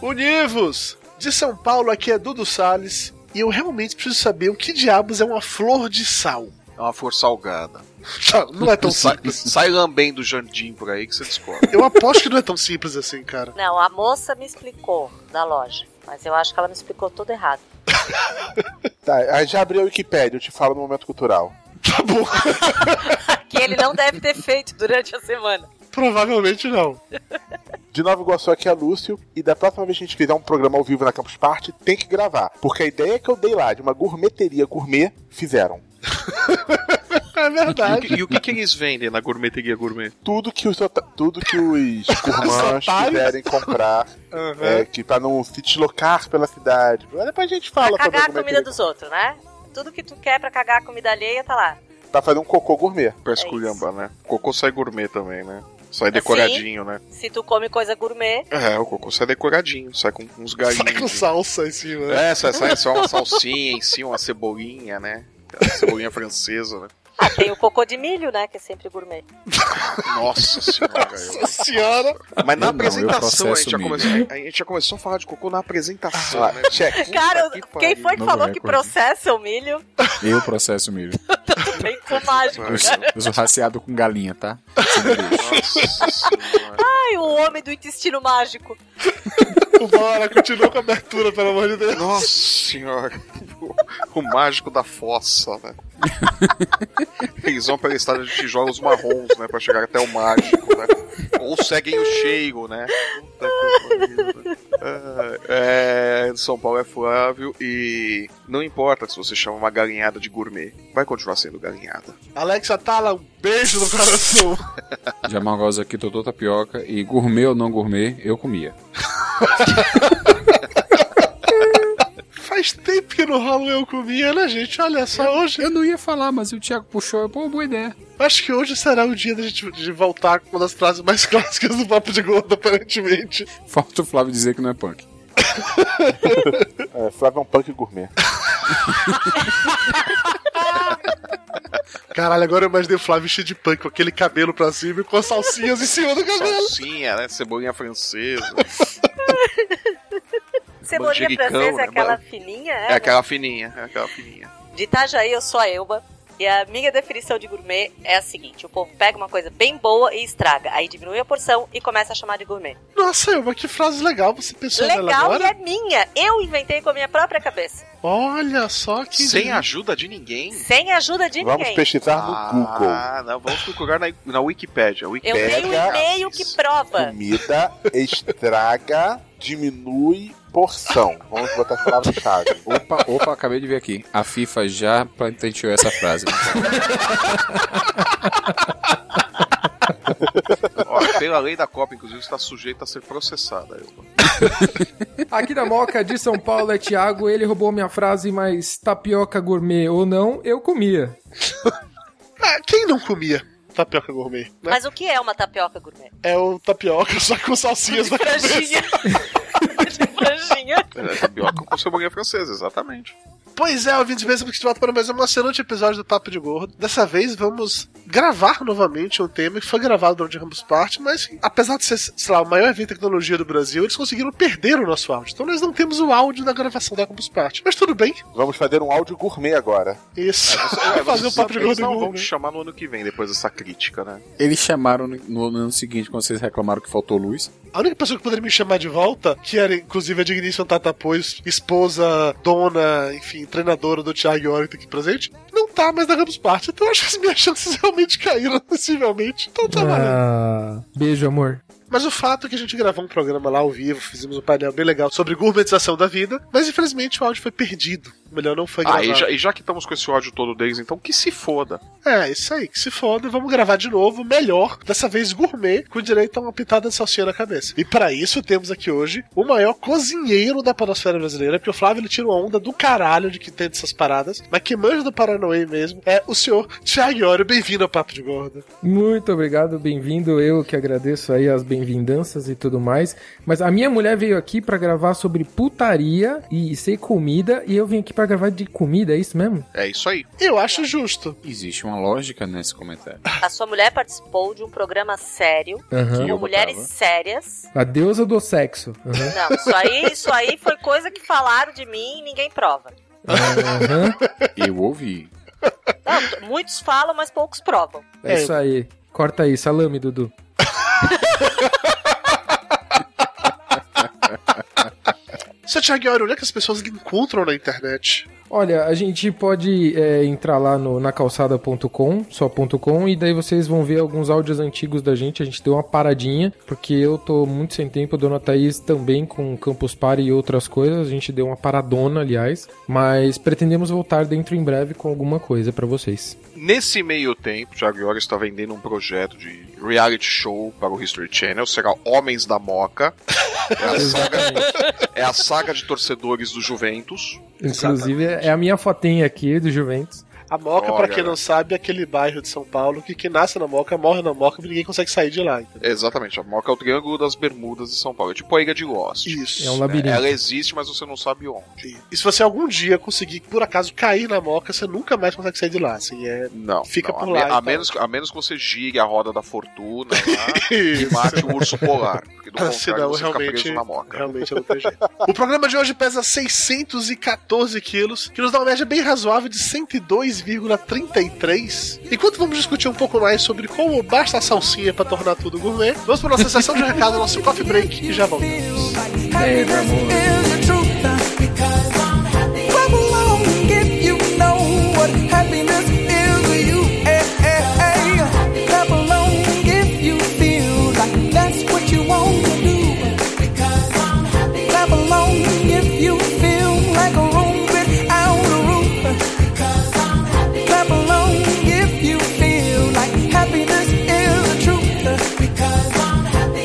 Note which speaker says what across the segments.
Speaker 1: Univos! De São Paulo, aqui é Dudu Sales e eu realmente preciso saber o que diabos é uma flor de sal.
Speaker 2: É uma flor salgada.
Speaker 1: não é tão simples.
Speaker 2: Sai, sai lambendo o jardim por aí que você descobre.
Speaker 1: Eu aposto que não é tão simples assim, cara.
Speaker 3: Não, a moça me explicou da loja, mas eu acho que ela me explicou tudo errado.
Speaker 4: tá, aí já abriu a Wikipédia, eu te falo no momento cultural.
Speaker 1: Tá bom.
Speaker 3: que ele não deve ter feito durante a semana.
Speaker 1: Provavelmente não.
Speaker 4: De Nova Iguaçu aqui é Lúcio, e da próxima vez que a gente fizer um programa ao vivo na Campus Party, tem que gravar. Porque a ideia que eu dei lá de uma gourmeteria gourmet, fizeram.
Speaker 1: é verdade.
Speaker 2: E, e, e o que, que, eles vendem na gourmeteria gourmet?
Speaker 4: Tudo que os, tudo que os gourmands quiserem comprar, uhum. é, que pra não se deslocar pela cidade. Depois a gente fala.
Speaker 3: Pra cagar a comida dos outros, né? Tudo que tu quer pra cagar a comida alheia tá lá
Speaker 4: tá fazendo um cocô gourmet.
Speaker 2: Pra esculhambar, é né? Cocô sai gourmet também, né? Sai decoradinho, assim, né?
Speaker 3: Se tu come coisa gourmet.
Speaker 2: É, o cocô sai decoradinho, sai com uns galinhos. Sai
Speaker 1: com salsa em cima.
Speaker 2: Né? É, sai, sai só uma salsinha em cima, uma cebolinha, né? Uma cebolinha francesa, né?
Speaker 3: Ah, tem o cocô de milho, né? Que é sempre gourmet.
Speaker 2: Nossa senhora. Nossa
Speaker 1: senhora.
Speaker 2: Mas na eu apresentação, não, a, gente já começou, a gente já começou a falar de cocô na apresentação, ah, né?
Speaker 3: Check. Cara, que quem foi que Novo falou recorde. que processa o milho?
Speaker 5: Eu processo o milho.
Speaker 3: Tudo bem com mágico, cara.
Speaker 5: Eu sou raciado com galinha, tá? Nossa
Speaker 3: senhora. Ai, o homem do intestino mágico.
Speaker 1: Bora, continua com a abertura, pelo amor de Deus.
Speaker 2: Nossa senhora. O, o mágico da fossa, né? Eles vão pela estrada de tijolos marrons, né? Pra chegar até o mágico, né? Ou seguem o cheiro, né? Puta que né? é, é, São Paulo é Flávio e não importa se você chama uma galinhada de gourmet, vai continuar sendo galinhada.
Speaker 1: Alexa Tala, um beijo no coração.
Speaker 5: De Amargosa aqui, Totô Tapioca e gourmet ou não gourmet, eu comia.
Speaker 1: Faz tempo que não rola eu comia, né, gente? Olha só,
Speaker 5: eu,
Speaker 1: hoje.
Speaker 5: Eu não ia falar, mas o Thiago puxou. Pô, boa ideia.
Speaker 1: Acho que hoje será o dia da gente de voltar com uma das frases mais clássicas do Papo de Gordo, aparentemente.
Speaker 5: Falta o Flávio dizer que não é punk.
Speaker 4: é, Flávio é um punk gourmet.
Speaker 1: Caralho, agora eu imaginei o Flávio cheio de punk, com aquele cabelo pra cima e com as salsinhas em cima do cabelo.
Speaker 2: Salsinha, né? Cebolinha francesa.
Speaker 3: Cebolinha francesa né? é aquela fininha, é?
Speaker 2: É aquela fininha, é aquela fininha.
Speaker 3: De Itajaí, eu sou a Elba. E a minha definição de gourmet é a seguinte: o povo pega uma coisa bem boa e estraga, aí diminui a porção e começa a chamar de gourmet.
Speaker 1: Nossa, Elba, que frase legal você pensou
Speaker 3: legal
Speaker 1: nela agora.
Speaker 3: Legal e é minha. Eu inventei com a minha própria cabeça.
Speaker 1: Olha só que.
Speaker 2: Sem lindo. ajuda de ninguém.
Speaker 3: Sem ajuda de
Speaker 4: vamos
Speaker 3: ninguém.
Speaker 4: Vamos pesquisar ah, no Google.
Speaker 2: Ah, não, vamos procurar na, na Wikipédia. Wikipédia.
Speaker 3: Eu tenho um e-mail que prova.
Speaker 4: Né? Comida estraga, diminui porção. Vamos botar a palavra-chave.
Speaker 5: Opa, opa, acabei de ver aqui. A FIFA já patenteou essa frase.
Speaker 2: Ó, pela lei da Copa, inclusive, está sujeita a ser processada. Eu...
Speaker 6: aqui na Moca de São Paulo é Thiago. Ele roubou minha frase, mas tapioca gourmet ou não, eu comia.
Speaker 1: ah, quem não comia? tapioca gourmet. Né?
Speaker 3: Mas o que é uma tapioca gourmet?
Speaker 1: É o tapioca só com salsinhas na franjinha.
Speaker 3: cabeça. de franjinha.
Speaker 2: É, tapioca com cebolinha francesa, exatamente.
Speaker 1: Pois é, ouvintes, bem que de volta para mais um emocionante episódio do Papo de Gordo. Dessa vez vamos gravar novamente um tema que foi gravado durante a Campus Party, mas apesar de ser, sei lá, o maior evento de tecnologia do Brasil, eles conseguiram perder o nosso áudio. Então nós não temos o áudio da gravação da Campus Party. Mas tudo bem.
Speaker 4: Vamos fazer um áudio gourmet agora.
Speaker 1: Isso. É, você, é, fazer o Papo de Gordo
Speaker 2: gourmet. Vamos chamar no ano que vem, depois dessa crítica, né?
Speaker 5: Eles chamaram no ano seguinte, quando vocês reclamaram que faltou luz.
Speaker 1: A única pessoa que poderia me chamar de volta, que era inclusive a digníssima Tata Pois, esposa, dona, enfim, treinadora do Thiago York tá aqui presente, não tá mais na Campus Party. É. Então acho que as minhas chances realmente caíram, possivelmente. Então tá valendo.
Speaker 6: Ah, beijo, amor.
Speaker 1: Mas o fato é que a gente gravou um programa lá ao vivo, fizemos um painel bem legal sobre gourmetização da vida, mas infelizmente o áudio foi perdido. Melhor não foi
Speaker 2: Ah,
Speaker 1: gravado.
Speaker 2: e já, e já que estamos com esse ódio todo deles, então que se foda.
Speaker 1: É, isso aí, que se foda, vamos gravar de novo, melhor, dessa vez gourmet, com direito a uma pitada de salsinha na cabeça. E pra isso temos aqui hoje o maior cozinheiro da podosfera brasileira, porque o Flávio ele tira uma onda do caralho de que tem dessas paradas, mas que manja do Paranauê mesmo é o senhor Thiago Iório, bem-vindo ao Papo de Gordo.
Speaker 6: Muito obrigado, bem-vindo. Eu que agradeço aí as bem-vindanças e tudo mais. Mas a minha mulher veio aqui pra gravar sobre putaria e ser comida e eu vim aqui pra gravar de comida, é isso mesmo?
Speaker 2: É isso aí.
Speaker 1: Eu acho justo.
Speaker 5: Existe uma lógica nesse comentário.
Speaker 3: A sua mulher participou de um programa sério,
Speaker 6: Aham.
Speaker 5: E eu
Speaker 3: com mulheres
Speaker 5: botava.
Speaker 3: sérias.
Speaker 6: A deusa do sexo. Aham.
Speaker 3: Não, isso aí, isso aí foi coisa que falaram de mim e ninguém prova.
Speaker 6: Aham.
Speaker 5: Eu ouvi.
Speaker 3: Não, t- muitos falam, mas poucos provam.
Speaker 6: É isso aí. Corta aí, salame, Dudu.
Speaker 1: Seu Thiago Iório, onde é que as pessoas lhe encontram na internet?
Speaker 6: Olha, a gente pode é, entrar lá no nacalçada.com, só.com, e daí vocês vão ver alguns áudios antigos da gente. A gente deu uma paradinha, porque eu tô muito sem tempo, a dona Thaís também com Campus Party e outras coisas. A gente deu uma paradona, aliás, mas pretendemos voltar dentro em breve com alguma coisa pra vocês.
Speaker 2: Nesse meio tempo, Thiago Iori está vendendo um projeto de reality show para o History Channel, será Homens da Moca. É a saga, é a saga de torcedores do Juventus.
Speaker 6: Inclusive, é a minha fotinha aqui do Juventus.
Speaker 1: A Moca, pra
Speaker 2: Olha.
Speaker 1: quem não sabe, é aquele bairro de São Paulo que quem nasce na Moca morre na Moca e ninguém consegue sair de lá. então. Entendeu?
Speaker 2: Exatamente, a Moca é o Triângulo das Bermudas de São Paulo, é tipo a Ilha de Lost.
Speaker 1: Isso.
Speaker 6: É um labirinto.
Speaker 2: Ela existe, mas você não sabe onde.
Speaker 1: E se você algum dia conseguir, por acaso, cair na moca, você nunca mais consegue sair de lá. Assim, é...
Speaker 2: Não,
Speaker 1: Fica
Speaker 2: não,
Speaker 1: por
Speaker 2: a, me-
Speaker 1: lá,
Speaker 2: a
Speaker 1: então.
Speaker 2: menos, a menos que você gire a roda da fortuna lá, e mate o urso polar. Porque do
Speaker 1: Ah,
Speaker 2: contrário
Speaker 1: senão
Speaker 2: você fica
Speaker 1: realmente-
Speaker 2: preso na moca.
Speaker 1: Realmente não tem jeito. O programa de hoje pesa 614 quilos, que nos dá uma média bem razoável de 102,33. Enquanto vamos discutir um pouco mais sobre como basta a salsinha pra tornar tudo gourmet, vamos pra nossa sessão de recado, nosso coffee break e já voltamos.
Speaker 7: eh, Happiness is the truth.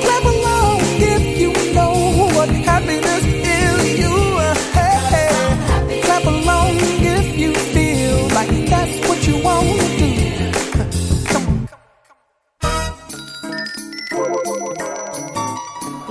Speaker 7: Clap along if you know what happiness is. You hey, hey. clap along if you feel like that's what you want to do.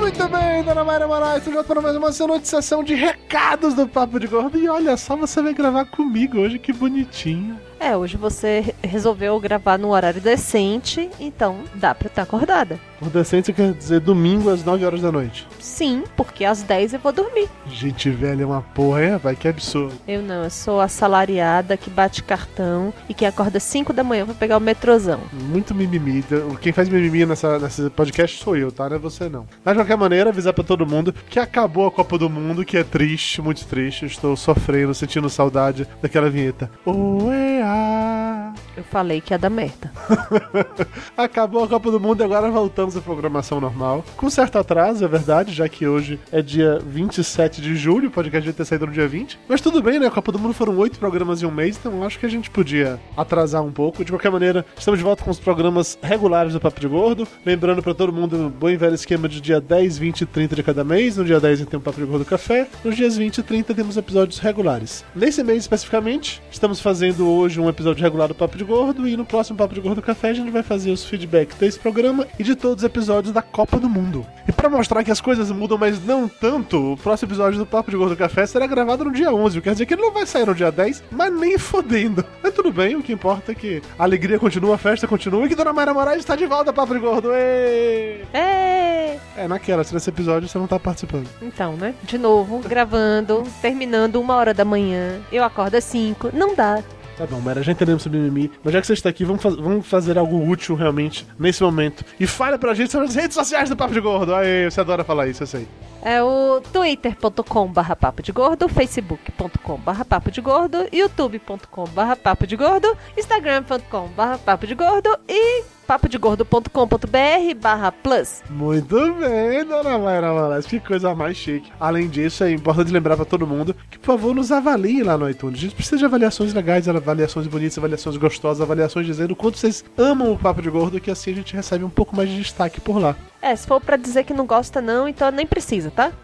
Speaker 1: Muito bem, dona Mayra Moraes, estou junto para mais uma sessão de recados do Papo de Gordo. E olha só, você vai gravar comigo hoje, que bonitinho.
Speaker 8: É, hoje você re- resolveu gravar num horário decente, então dá pra estar acordada.
Speaker 1: Por decente quer dizer domingo às 9 horas da noite.
Speaker 8: Sim, porque às 10 eu vou dormir.
Speaker 1: Gente velha é uma porra, é, vai, que absurdo.
Speaker 8: Eu não, eu sou assalariada que bate cartão e que acorda 5 da manhã pra pegar o metrozão.
Speaker 1: Muito mimimi. Quem faz mimimi nessa, nesse podcast sou eu, tá? Não é você não. Mas de qualquer maneira, avisar pra todo mundo que acabou a Copa do Mundo, que é triste, muito triste. Eu Estou sofrendo, sentindo saudade daquela vinheta. ah. Oea!
Speaker 8: Eu falei que ia dar merda.
Speaker 1: Acabou a Copa do Mundo e agora voltamos à programação normal. Com certo atraso, é verdade, já que hoje é dia 27 de julho, o podcast devia ter saído no dia 20. Mas tudo bem, né? A Copa do Mundo foram oito programas em um mês, então eu acho que a gente podia atrasar um pouco. De qualquer maneira, estamos de volta com os programas regulares do Papo de Gordo. Lembrando pra todo mundo, o bom e velho esquema de dia 10, 20 e 30 de cada mês. No dia 10 tem o Papo de Gordo Café. Nos dias 20 e 30 temos episódios regulares. Nesse mês especificamente, estamos fazendo hoje um episódio regular do Papo de de Gordo e no próximo Papo de Gordo Café a gente vai fazer os feedbacks desse programa e de todos os episódios da Copa do Mundo. E pra mostrar que as coisas mudam, mas não tanto, o próximo episódio do Papo de Gordo Café será gravado no dia 11, o que quer dizer que ele não vai sair no dia 10, mas nem fodendo. Mas tudo bem, o que importa é que a alegria continua, a festa continua e que Dona Mayra Moraes está de volta, Papo de Gordo! Ê! É, naquela, se nesse episódio você não tá participando.
Speaker 3: Então, né? De novo, gravando, terminando uma hora da manhã. Eu acordo às cinco. Não dá.
Speaker 1: Tá bom, Mara, já entendemos sobre mimimi. Mas já que você está aqui, vamos, faz- vamos fazer algo útil realmente nesse momento. E fale pra gente sobre as redes sociais do Papo de Gordo. Aê, você adora falar isso, eu sei.
Speaker 3: É o twitter.com barra papo de gordo, facebook.com barra papo de gordo, youtube.com barra papo de gordo, instagram.com barra papo de gordo e papodegordo.com.br barra plus.
Speaker 1: Muito bem, dona Mayra Moraes, que coisa mais chique. Além disso, é importante lembrar pra todo mundo que, por favor, nos avaliem lá no iTunes. A gente precisa de avaliações legais, avaliações bonitas, avaliações gostosas, avaliações dizendo o quanto vocês amam o Papo de Gordo, que assim a gente recebe um pouco mais de destaque por lá.
Speaker 3: É, se for pra dizer que não gosta não, então nem precisa, tá?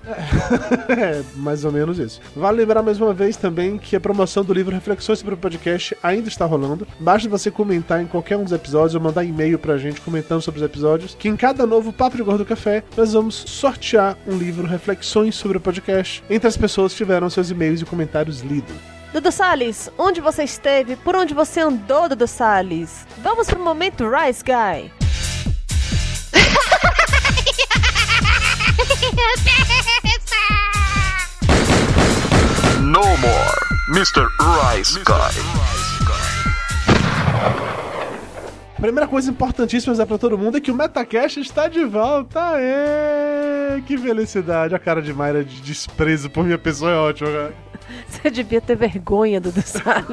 Speaker 1: É, mais ou menos isso. Vale lembrar mais uma vez também que a promoção do livro Reflexões sobre o Podcast ainda está rolando. Basta você comentar em qualquer um dos episódios ou mandar e-mail pra gente comentando sobre os episódios, que em cada novo Papo de Gordo Café nós vamos sortear um livro Reflexões sobre o Podcast entre as pessoas que tiveram seus e-mails e comentários lidos.
Speaker 3: Dudu Salles, onde você esteve? Por onde você andou, Dudu Salles? Vamos pro momento Rice Guy.
Speaker 9: No more, Mr. Rice Guy.
Speaker 1: A primeira coisa importantíssima dizer pra todo mundo é que o Metacast está de volta. Aê! Que felicidade! A cara de Mayra de desprezo por minha pessoa é ótima, cara.
Speaker 3: Você devia ter vergonha, Dudu Salles.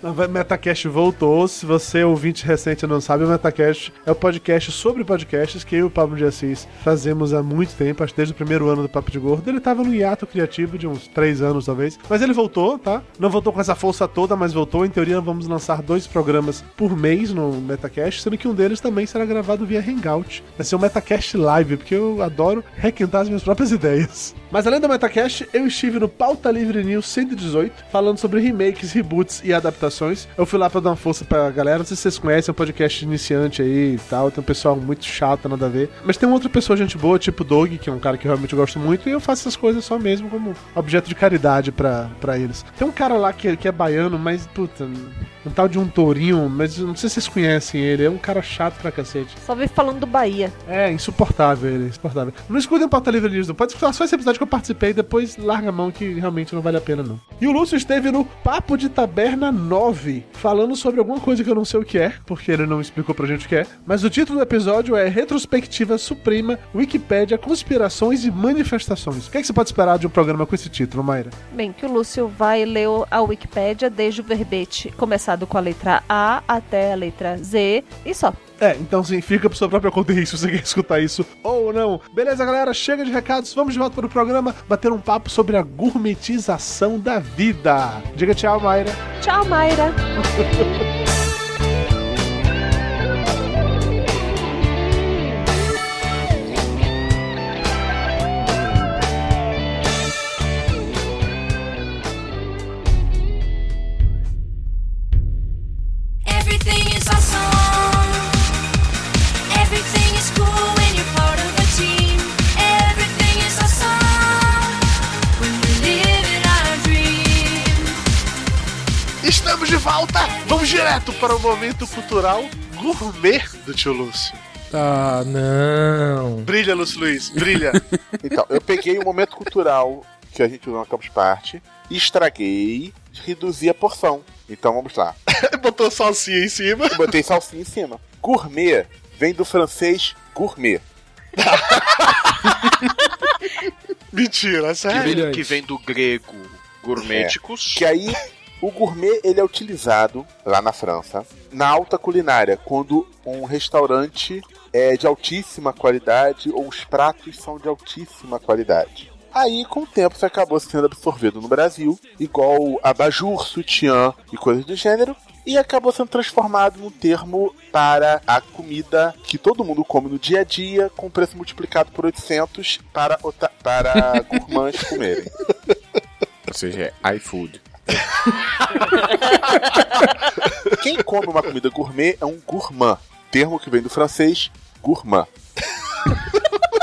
Speaker 1: Não, vai- Metacast voltou. Se você é ouvinte recente e não sabe, o Metacast é o podcast sobre podcasts que eu e o Pablo de Assis fazemos há muito tempo, acho que desde o primeiro ano do Papo de Gordo. Ele tava no hiato criativo de uns três anos, talvez. Mas ele voltou, tá? Não voltou com essa força toda, mas voltou. Em teoria, vamos lançar dois programas por mês no Metacast, sendo que um deles também será gravado via Hangout. Vai ser o Metacast Live, porque eu adoro requentar as minhas próprias ideias. Mas além do Metacast, eu estive no Pauta Livre News 118, falando sobre remakes, reboots e adaptações. Eu fui lá pra dar uma força pra galera. Não sei se vocês conhecem, é um podcast iniciante aí e tal. Tem um pessoal muito chato, nada a ver. Mas tem outra pessoa, gente boa, tipo o Doug, que é um cara que eu realmente gosto muito. E eu faço essas coisas só mesmo como objeto de caridade pra, pra eles. Tem um cara lá que, que é baiano, mas puta. Um tal de um tourinho, mas não sei se vocês conhecem ele. É um cara chato pra cacete.
Speaker 3: Só vem falando do Bahia.
Speaker 1: É, insuportável ele, insuportável. Não escutem o Pauta Livre News, não. Pode escutar só esse episódio que eu participei, depois larga a mão que realmente não vale a pena, não. E o Lúcio esteve no Papo de Taberna 9, falando sobre alguma coisa que eu não sei o que é, porque ele não explicou pra gente o que é, mas o título do episódio é Retrospectiva Suprema, Wikipédia, Conspirações e Manifestações. O que, é que você pode esperar de um programa com esse título, Mayra?
Speaker 3: Bem, que o Lúcio vai ler o- a Wikipédia desde o verbete, começado com a letra A até a letra Z e só.
Speaker 1: É, então sim, fica pra sua própria conta aí se você quer escutar isso ou não. Beleza, galera? Chega de recados, vamos de volta para o programa bater um papo sobre a gourmetização da vida. Diga tchau, Mayra.
Speaker 3: Tchau, Mayra.
Speaker 9: Everything is awesome. Everything is cool when you're part of a team. Everything is awesome when we're living our dream.
Speaker 10: Estamos de volta! Vamos direto para o momento cultural gourmet do tio Lúcio.
Speaker 6: Ah, não.
Speaker 10: Brilha, Lúcio Luiz, brilha.
Speaker 4: Então, eu peguei o momento cultural que a gente usou na Campus Party, estraguei, reduzi a porção. Então vamos lá.
Speaker 10: Botou salsinha em cima.
Speaker 4: Botei salsinha em cima. Gourmet vem do francês gourmet.
Speaker 10: Mentira,
Speaker 2: Que vem, que vem do grego gourméticos.
Speaker 4: Que aí o gourmet ele é utilizado lá na França na alta culinária, quando um restaurante é de altíssima qualidade ou os pratos são de altíssima qualidade. Aí, com o tempo, isso acabou sendo absorvido no Brasil, igual abajur, sutiã e coisas do gênero, e acabou sendo transformado num termo para a comida que todo mundo come no dia a dia, com preço multiplicado por 800 para, ota- para gourmands comerem. Ou seja, é iFood. Quem come uma comida gourmet é um gourmand, termo que vem do francês gourmand.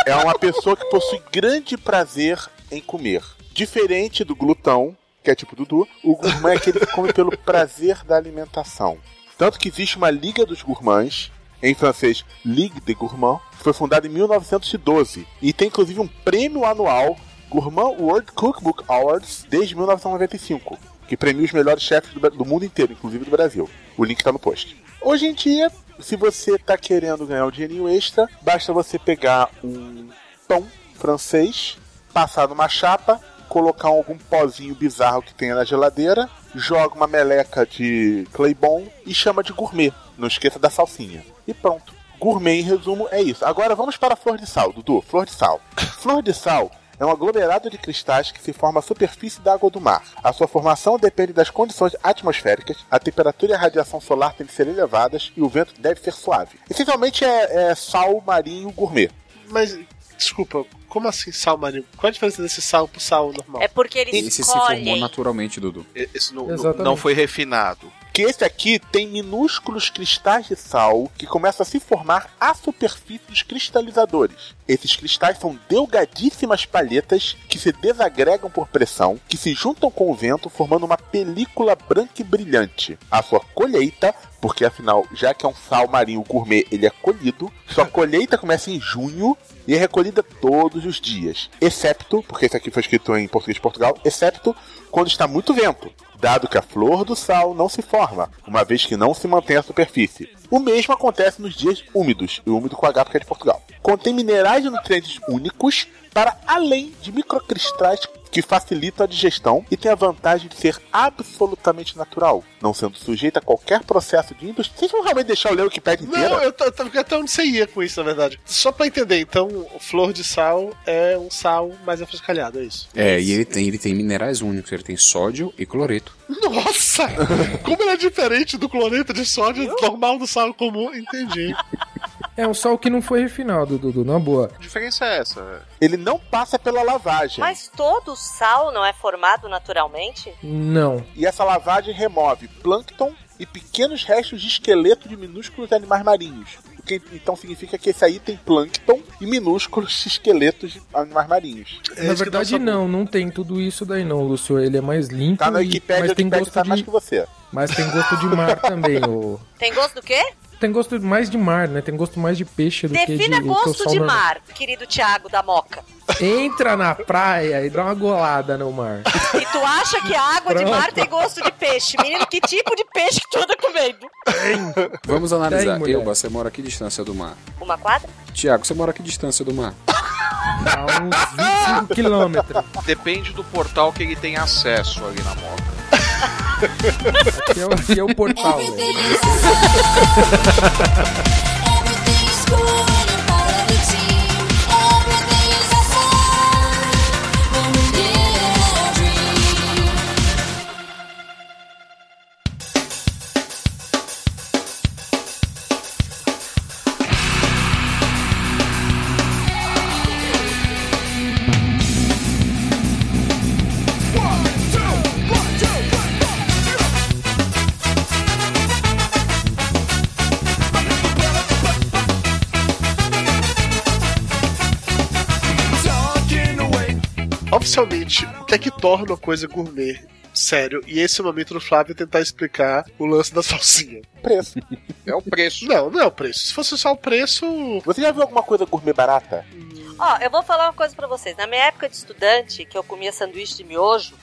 Speaker 4: É uma pessoa que possui grande prazer em comer. Diferente do glutão, que é tipo Dudu, o gourmand é aquele que come pelo prazer da alimentação. Tanto que existe uma Liga dos Gourmands, em francês Ligue des Gourmands, que foi fundada em 1912 e tem inclusive um prêmio anual Gourmand World Cookbook Awards desde 1995, que premia os melhores chefes do, Bra- do mundo inteiro, inclusive do Brasil. O link tá no post. Hoje em dia, se você tá querendo ganhar um dinheirinho extra, basta você pegar um pão francês, passar numa chapa, colocar algum pozinho bizarro que tenha na geladeira, joga uma meleca de Claybon e chama de gourmet. Não esqueça da salsinha. E pronto. Gourmet, em resumo, é isso. Agora vamos para a flor de sal, Dudu. Flor de sal. Flor de sal é um aglomerado de cristais que se forma à superfície da água do mar. A sua formação depende das condições atmosféricas, a temperatura e a radiação solar têm de ser elevadas e o vento deve ser suave. Essencialmente é, é sal marinho gourmet.
Speaker 1: Mas, desculpa, como assim sal marinho? Qual a diferença desse sal pro sal normal?
Speaker 3: É porque eles
Speaker 5: Esse se formou naturalmente, Dudu.
Speaker 4: é
Speaker 2: Esse não,
Speaker 1: Exatamente. não
Speaker 2: foi refinado.
Speaker 4: Que esse aqui tem minúsculos cristais de sal que começam a se formar à superfície dos cristalizadores. Esses cristais são delgadíssimas palhetas que se desagregam por pressão, que se juntam com o vento, formando uma película branca e brilhante. A sua colheita, porque afinal, já que é um sal marinho gourmet, ele é colhido, sua colheita começa em junho e é recolhida todos os dias, excepto, porque isso aqui foi escrito em português de Portugal, excepto quando está muito vento, dado que a flor do sal não se forma, uma vez que não se mantém a superfície. O mesmo acontece nos dias úmidos, e úmido com H porque é de Portugal. Contém minerais e nutrientes únicos para além de microcristais que facilitam a digestão e tem a vantagem de ser absolutamente natural, não sendo sujeito a qualquer processo de indústria. Vocês vão realmente deixar eu ler o que pede inteira?
Speaker 1: Não, eu tô, eu tô ficando até onde você ia com isso, na verdade. Só pra entender, então, flor de sal é um sal mais afrescalhado, é isso.
Speaker 5: É, e ele tem, ele tem minerais únicos, ele tem sódio e cloreto.
Speaker 1: Nossa! Como ele é diferente do cloreto de sódio normal do sal comum, entendi.
Speaker 6: É um sal que não foi refinado, Dudu, na boa.
Speaker 2: A diferença é essa.
Speaker 4: Ele não passa pela lavagem.
Speaker 3: Mas todo sal não é formado naturalmente?
Speaker 6: Não.
Speaker 4: E essa lavagem remove plâncton e pequenos restos de esqueleto de minúsculos animais marinhos. O que então significa que esse aí tem plâncton e minúsculos esqueletos de animais marinhos.
Speaker 6: Na verdade, não, não tem tudo isso daí não, Lúcio. Ele é mais limpo,
Speaker 4: Tá na
Speaker 6: e-
Speaker 4: Wikipédia,
Speaker 6: mas
Speaker 4: o
Speaker 6: tem
Speaker 4: Wikipédia
Speaker 6: gosto
Speaker 4: sabe
Speaker 6: de...
Speaker 4: mais que você.
Speaker 6: Mas tem gosto de mar também, ô.
Speaker 3: Tem gosto do quê?
Speaker 6: Tem gosto mais de mar, né? Tem gosto mais de peixe do que de...
Speaker 3: Defina
Speaker 6: do que o
Speaker 3: gosto
Speaker 6: sal é.
Speaker 3: de
Speaker 6: normal.
Speaker 3: mar, querido Tiago da Moca.
Speaker 6: Entra na praia e dá uma golada no mar.
Speaker 3: E tu acha que a água de mar tem gosto de peixe? Menino, que tipo de peixe que tu anda comendo?
Speaker 5: Vamos
Speaker 3: Tem,
Speaker 5: analisar.
Speaker 3: mulher.
Speaker 5: Euba, você mora a que distância do mar?
Speaker 3: Uma quadra?
Speaker 5: Tiago, você mora a que distância do mar?
Speaker 6: A uns 25 quilômetros.
Speaker 2: Depende do portal que ele tem acesso ali na moca.
Speaker 6: Que é o, que é o portal, velho.
Speaker 1: Oficialmente, o que é que torna uma coisa gourmet? Sério, e esse é o momento do Flávio tentar explicar o lance da salsinha.
Speaker 4: Preço.
Speaker 2: É o preço.
Speaker 1: Não, não é o preço. Se fosse só o preço.
Speaker 4: Você já viu alguma coisa gourmet barata?
Speaker 3: Ó, eu vou falar uma coisa pra vocês. Na minha época de estudante, que eu comia sanduíche de miojo,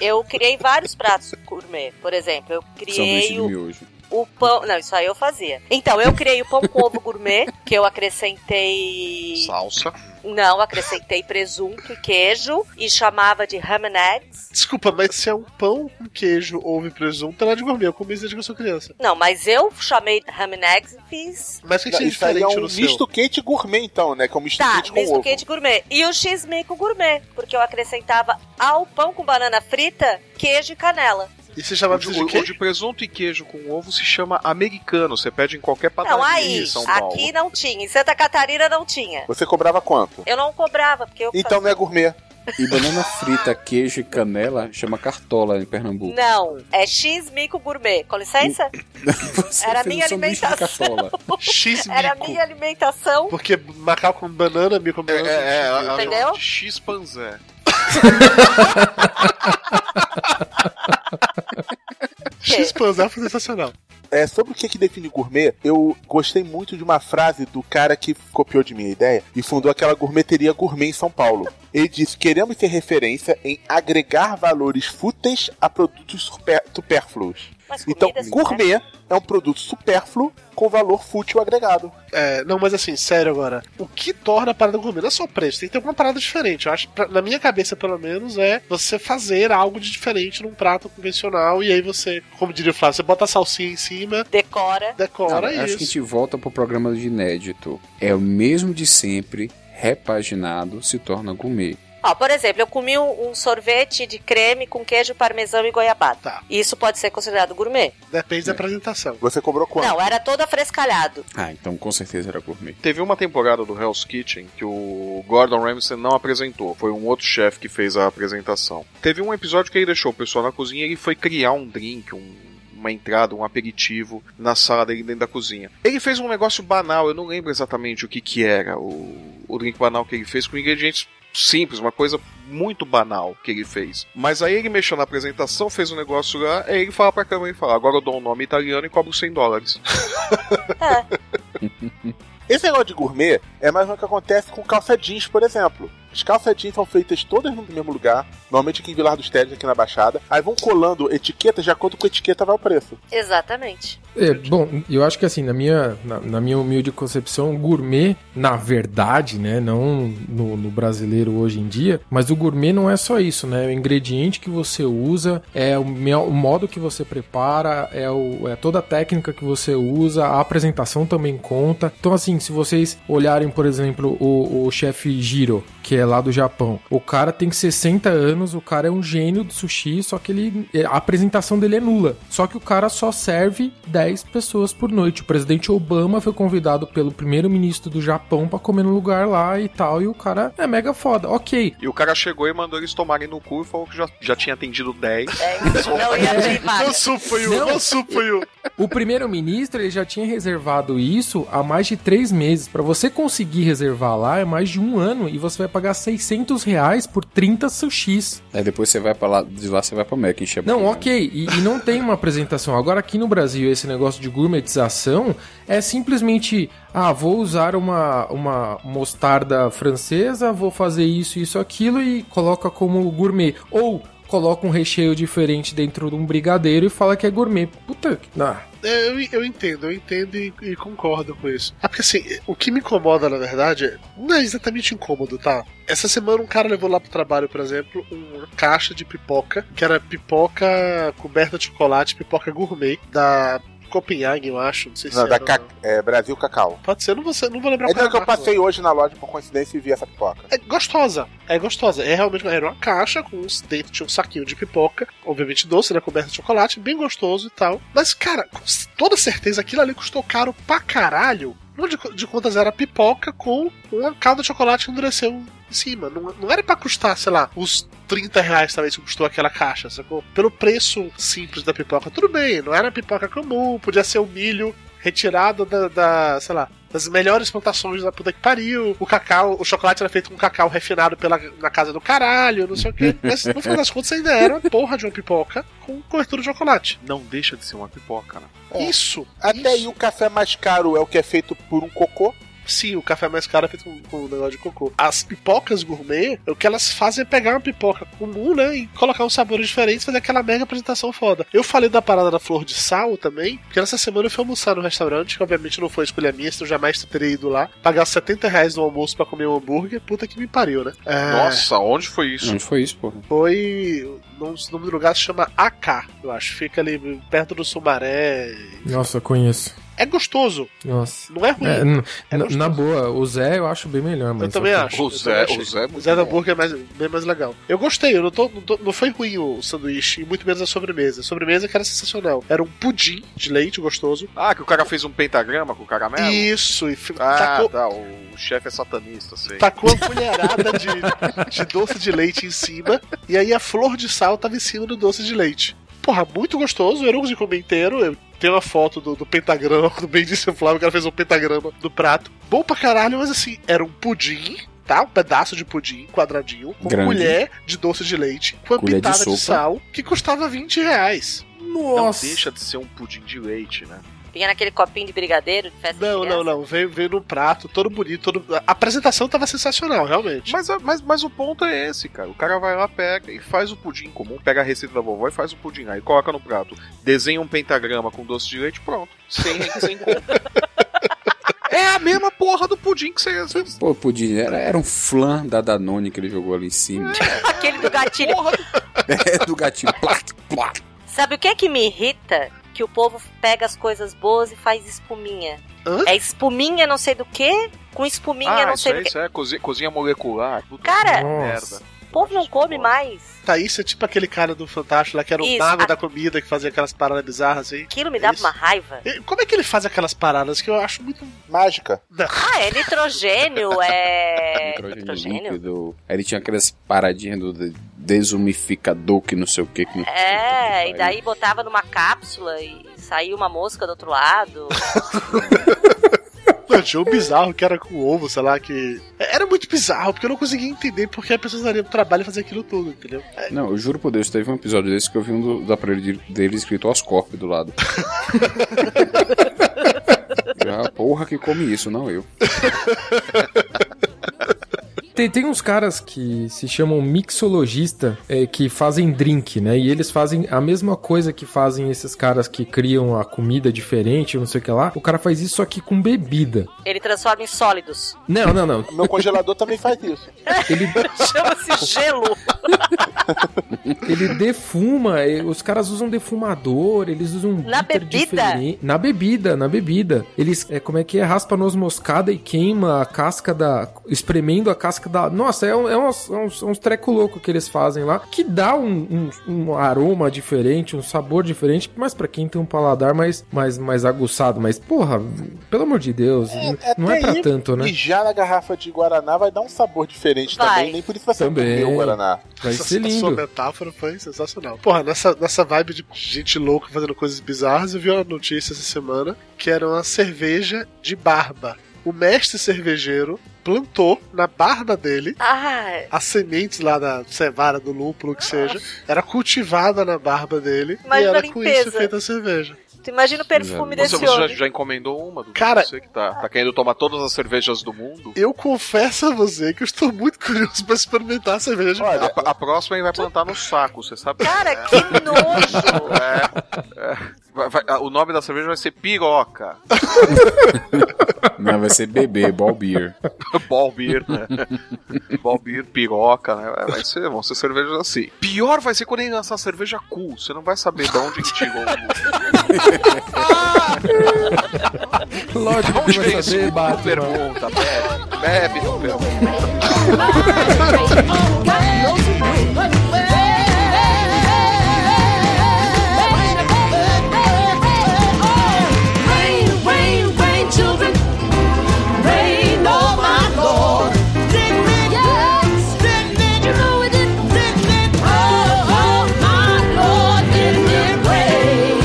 Speaker 3: eu criei vários pratos gourmet. Por exemplo, eu
Speaker 5: Sanduíche
Speaker 3: criei
Speaker 5: de
Speaker 3: o
Speaker 5: miojo.
Speaker 3: O pão. Não, isso aí eu fazia. Então, eu criei o pão com ovo gourmet, que eu acrescentei.
Speaker 2: Salsa.
Speaker 3: Não, acrescentei presunto e queijo e chamava de ham and eggs.
Speaker 1: Desculpa, mas se é um pão com queijo, ovo e presunto, não é de gourmet. Eu comi isso desde que eu sou criança.
Speaker 3: Não, mas eu chamei de ham and eggs e fiz.
Speaker 1: Mas o que, que seria
Speaker 4: Isso aí
Speaker 1: diferente
Speaker 4: é
Speaker 1: no
Speaker 4: um
Speaker 1: seu?
Speaker 4: misto quente gourmet, então, né? Que é um misto
Speaker 3: Tá,
Speaker 4: quente com
Speaker 3: mesmo
Speaker 4: ovo.
Speaker 3: quente gourmet. E o x-mico gourmet, porque eu acrescentava ao pão com banana frita, queijo e canela.
Speaker 1: E se chama
Speaker 2: o de,
Speaker 1: de
Speaker 2: o-
Speaker 1: quê?
Speaker 2: o de presunto e queijo com ovo se chama americano. Você pede em qualquer padaria
Speaker 3: Não, aí,
Speaker 2: em São Paulo.
Speaker 3: aqui não tinha. Em Santa Catarina não tinha.
Speaker 4: Você cobrava quanto?
Speaker 3: Eu não cobrava, porque eu
Speaker 4: Então não é gourmet.
Speaker 5: E banana frita, queijo e canela chama cartola em Pernambuco.
Speaker 3: Não, é X Mico Gourmet. Com licença? Hum, Era a minha
Speaker 5: um
Speaker 3: alimentação.
Speaker 1: X Mico.
Speaker 3: Era a minha alimentação.
Speaker 1: Porque macaco com banana, bico com banana.
Speaker 2: É, é, ela
Speaker 3: Entendeu?
Speaker 2: chama de X-Panzé.
Speaker 1: X-Panzé foi sensacional.
Speaker 4: É, sobre o que, que define gourmet, eu gostei muito de uma frase do cara que copiou de minha ideia e fundou aquela gourmeteria gourmet em São Paulo. Ele disse: queremos ser referência em agregar valores fúteis a produtos super- supérfluos.
Speaker 3: Mas assim, né?
Speaker 4: Então,
Speaker 3: comidas
Speaker 4: gourmet é um produto supérfluo com valor fútil agregado.
Speaker 1: É, não, mas assim, sério agora. O que torna a parada gourmet? Não é só o preço, tem que ter alguma parada diferente. Eu acho, pra- na minha cabeça, pelo menos, é você fazer algo de diferente num prato convencional e aí você, como diria o Flávio, você bota a salsinha em cima.
Speaker 3: Decora.
Speaker 1: Decora
Speaker 5: Acho que a
Speaker 1: isso.
Speaker 5: gente volta pro programa de inédito. É o mesmo de sempre, repaginado, se torna gourmet.
Speaker 3: Ó, por exemplo, eu comi um, um sorvete de creme com queijo parmesão e goiabada.
Speaker 1: Tá.
Speaker 3: Isso pode ser considerado gourmet?
Speaker 1: Depende
Speaker 2: É.
Speaker 1: da apresentação.
Speaker 4: Você cobrou
Speaker 3: Não, era todo afrescalhado.
Speaker 5: Ah, então com certeza era gourmet.
Speaker 2: Teve uma temporada do Hell's Kitchen que o Gordon Ramsay não apresentou, foi um outro chefe que fez a apresentação. Teve um episódio que ele deixou o pessoal na cozinha e ele foi criar um drink, um- uma entrada, um aperitivo na sala dele dentro da cozinha. Ele fez um negócio banal, eu não lembro exatamente o que que era o, o drink banal que ele fez com ingredientes simples, uma coisa muito banal que ele fez. Mas aí ele mexeu na apresentação, fez um negócio lá, aí ele fala pra câmera e fala, agora eu dou um nome italiano e cobro 100 dólares.
Speaker 4: Esse negócio de gourmet é mais ou menos o que acontece com calça jeans, por exemplo. As calça jeans são feitas todas no mesmo lugar, normalmente aqui em Vilar dos Teles, aqui na Baixada. Aí vão colando etiquetas de acordo com a etiqueta vai o preço.
Speaker 3: Exatamente.
Speaker 6: É, bom, eu acho que assim, na minha, na, na minha humilde concepção, gourmet, na verdade, né, não no, no brasileiro hoje em dia, mas o gourmet não é só isso, né? O ingrediente que você usa, é o, me- o modo que você prepara, é, o, é toda a técnica que você usa, a apresentação também conta. Então, assim, se vocês olharem, por exemplo, o, o chefe Giro, que é lá do Japão, o cara tem 60 anos, o cara é um gênio do sushi, só que ele a apresentação dele é nula. Só que o cara só serve 10 pessoas por noite. O presidente Obama foi convidado pelo primeiro-ministro do Japão pra comer no lugar lá e tal, e o cara é mega foda. OK.
Speaker 2: E o cara chegou e mandou eles tomarem no cu e falou que já, já tinha atendido
Speaker 1: É.
Speaker 2: 10.
Speaker 3: Não ia bem
Speaker 1: Eu suponho, eu suponho.
Speaker 6: O primeiro-ministro ele já tinha reservado isso há mais de três meses. Pra você conseguir reservar lá é mais de um ano e você vai pagar 600 reais por 30 sushis.
Speaker 5: Aí depois você vai pra lá, de lá você vai pra Mac encher a
Speaker 6: Não,
Speaker 5: barriga.
Speaker 6: ok, e, e não tem uma apresentação. Agora, aqui no Brasil, esse negócio de gourmetização é simplesmente: ah, vou usar uma, uma mostarda francesa, vou fazer isso, isso, aquilo e coloca como gourmet. Ou coloca um recheio diferente dentro de um brigadeiro e fala que é gourmet. Puta, que- ah,
Speaker 1: É, eu, eu entendo, eu entendo e, e concordo com isso. É porque assim, o que me incomoda, na verdade, não é exatamente incômodo, tá? Essa semana um cara levou lá pro trabalho, por exemplo, uma caixa de pipoca, que era pipoca coberta de chocolate, pipoca gourmet, da Copenhague, eu acho, não sei se
Speaker 4: Não,
Speaker 1: era
Speaker 4: da Ca- é, Brasil Cacau.
Speaker 1: Pode ser, eu não vou, ser- não vou lembrar
Speaker 4: É
Speaker 1: qual
Speaker 4: então que
Speaker 1: era a
Speaker 4: eu
Speaker 1: marca,
Speaker 4: passei hoje na loja por coincidência e vi essa pipoca.
Speaker 1: é gostosa. É gostosa. É realmente era uma caixa com uns dentro tinha um saquinho de pipoca, obviamente doce, né, coberta de chocolate, bem gostoso e tal. Mas cara, com toda certeza aquilo ali custou caro pra caralho. Um monte de, co- de contas era pipoca com uma calda de chocolate que endureceu em cima. Não, não era pra custar, sei lá, os 30 reais talvez que custou aquela caixa, sacou? Pelo preço simples da pipoca, tudo bem, não era pipoca comum, podia ser o milho retirado da, da, sei lá, das melhores plantações da puta que pariu. O cacau, o chocolate era feito com cacau refinado pela, na casa do caralho, não sei o quê. Mas no final das contas ainda era uma porra de uma pipoca com cobertura de chocolate.
Speaker 2: Não deixa de ser uma pipoca, né?
Speaker 1: Isso!
Speaker 4: Até aí o café mais caro é o que é feito por um cocô.
Speaker 1: Sim, o café mais caro é feito com, com um negócio de cocô. As pipocas gourmet, o que elas fazem é pegar uma pipoca comum, né? E colocar uns sabores diferentes, fazer aquela mega apresentação foda. Eu falei da parada da flor de sal também, porque nessa semana eu fui almoçar no restaurante, que obviamente não foi escolha minha, senão eu jamais teria ido lá. Pagar 70 reais no almoço pra comer um hambúrguer, puta que me pariu, né? É,
Speaker 2: Nossa, onde foi
Speaker 1: Hum.
Speaker 2: isso?
Speaker 5: Onde né? foi isso, porra?
Speaker 1: Foi. num- O nome do lugar se chama AK, eu acho. Fica ali perto do Sumaré.
Speaker 6: nossa, conheço.
Speaker 1: É gostoso.
Speaker 6: Nossa.
Speaker 1: Não é ruim.
Speaker 6: É, n- n- na boa, o Zé eu acho bem melhor, mas.
Speaker 1: eu também acho. eu também achei. o Zé da Burger é mais, bem mais legal. Eu gostei, eu não, tô, não, tô- não foi ruim o sanduíche, e muito menos a sobremesa. A sobremesa que era sensacional. Era um pudim de leite gostoso.
Speaker 2: Ah, que o cara fez um pentagrama com o caramelo?
Speaker 1: Isso, e fi-
Speaker 2: Ah,
Speaker 1: tacou-
Speaker 2: tá, o chefe é satanista, sei.
Speaker 1: Tacou a colherada de, de doce de leite em cima, e aí a flor de sal tava em cima do doce de leite. Porra, muito gostoso, eu não consegui comer inteiro. Eu tenho uma foto do, do pentagrama, do bem disse o Flávio, o cara fez um pentagrama do prato. Bom pra caralho, mas assim, era um pudim, tá? Um pedaço de pudim, quadradinho, com
Speaker 5: Grande.
Speaker 1: colher de doce de leite, com uma
Speaker 5: Colher de
Speaker 1: pitada de,
Speaker 5: sopa.
Speaker 1: sal, que custava 20 reais.
Speaker 2: Nossa. Não deixa de ser um pudim de leite, né?
Speaker 3: Vinha naquele copinho de brigadeiro de festa
Speaker 1: Não, não, não. Veio, veio no prato, todo bonito. Todo... A apresentação tava sensacional, realmente.
Speaker 2: Mas, mas, mas o ponto é esse, cara. O cara vai lá, pega e faz o pudim comum, pega a receita da vovó e faz o pudim lá e coloca no prato. Desenha um pentagrama com doce de leite, pronto. Sem, sem compra. É a mesma porra do pudim que você. você-
Speaker 5: Pô, pudim, era, era um flan da Danone que ele jogou ali em cima.
Speaker 3: Aquele do gatilho.
Speaker 5: É, do gatinho. Plac, plac.
Speaker 3: Sabe o que é que me irrita? Que o povo pega as coisas boas e faz espuminha. É espuminha não sei do que, com espuminha
Speaker 2: Ah,
Speaker 3: não
Speaker 2: isso
Speaker 3: sei
Speaker 2: é,
Speaker 3: do que.
Speaker 2: isso é cozinha, cozinha molecular. Puta
Speaker 3: Cara,
Speaker 2: que merda.
Speaker 3: o povo não come mais.
Speaker 1: Thaís é tipo aquele cara do Fantástico lá que era o
Speaker 3: Isso,
Speaker 1: mago
Speaker 3: a-
Speaker 1: da comida que fazia aquelas paradas bizarras assim.
Speaker 3: Aquilo me dava uma raiva.
Speaker 1: E Como é que ele faz aquelas paradas que eu acho muito.
Speaker 4: Mágica.
Speaker 3: Ah, é nitrogênio, é.
Speaker 5: Nitrogênio líquido. Aí ele tinha aquelas paradinhas do de- desumificador que não sei o que. que não-
Speaker 3: É, e daí botava numa cápsula e saía uma mosca do outro lado.
Speaker 1: Eu achei um bizarro que era com ovo, sei lá, que. É, Era muito bizarro, porque eu não conseguia entender porque a pessoa daria pro trabalho fazer aquilo tudo, entendeu? É,
Speaker 5: Não, eu juro por Deus, teve um episódio desse que eu vi um do, do aparelho de- dele escrito Oscorp do lado. ah, porra que come isso, não eu.
Speaker 6: Tem, tem uns caras que se chamam mixologista, é, que fazem drink, né? E eles fazem a mesma coisa que fazem esses caras que criam a comida diferente, não sei o que lá. O cara faz isso só que com bebida.
Speaker 3: Ele transforma em sólidos.
Speaker 6: Não, não, não.
Speaker 4: Meu congelador também faz isso.
Speaker 3: Chama-se gelo.
Speaker 6: Ele defuma, eh, os caras usam defumador, eles usam um
Speaker 3: Na
Speaker 6: bitter
Speaker 3: bebida?
Speaker 6: diferente- Na bebida, na bebida. Eles, é, como é que é? Raspa noz moscada e queima a casca da... espremendo a casca da... Nossa, é, um- é uns, é uns, é uns treco louco que eles fazem lá, que dá um, um- um aroma diferente, um sabor diferente, mas pra quem tem um paladar mais, mais, mais aguçado, mas porra, pelo amor de Deus, não é
Speaker 4: Até
Speaker 6: pra
Speaker 4: aí,
Speaker 6: tanto, né?
Speaker 4: Mijar na garrafa de Guaraná vai dar um sabor diferente
Speaker 1: Vai.
Speaker 4: também, nem por isso vai ser
Speaker 6: Também.
Speaker 4: o Guaraná.
Speaker 6: Vai
Speaker 1: essa- A sua metáfora foi sensacional. Porra, nessa, nessa vibe de gente louca fazendo coisas bizarras, eu vi uma notícia essa semana que era uma cerveja de barba. O mestre cervejeiro plantou na barba dele
Speaker 3: Ah,
Speaker 1: as sementes lá da cevara, do lúpulo, que seja, era cultivada na barba dele
Speaker 3: Mas
Speaker 1: e
Speaker 3: na
Speaker 1: era com isso
Speaker 3: limpeza.
Speaker 1: feita a cerveja.
Speaker 3: tu imagina o
Speaker 2: Nossa,
Speaker 3: perfume desse
Speaker 2: você já,
Speaker 3: homem.
Speaker 2: já encomendou uma? Dudu?
Speaker 1: Cara-
Speaker 2: Você que tá, tá querendo tomar todas as cervejas do mundo?
Speaker 1: Eu confesso a você que eu estou muito curioso pra experimentar a cerveja de barba.
Speaker 2: A, a próxima ele vai plantar no saco, você sabe?
Speaker 3: Cara,
Speaker 2: né?
Speaker 3: que nojo!
Speaker 2: É, é. Vai- vai- ah, o nome da cerveja vai ser piroca.
Speaker 5: Não, vai ser bebê, ball beer.
Speaker 2: Balbir, né? Balbir, piroca, né? Vai- Vai ser, vão ser cervejas assim. Pior vai ser quando ele lançar cerveja cool. Você não vai saber de onde que chegou.
Speaker 6: Lógico
Speaker 2: que vai saber, Batman. Pergunta, bebe, bebe, não pergunta.
Speaker 7: Rain, rain, rain, children. Rain, oh my lord. Didn't it? Yes. Didn't it? You know it did. Didn't it? Oh, oh my lord, didn't it rain?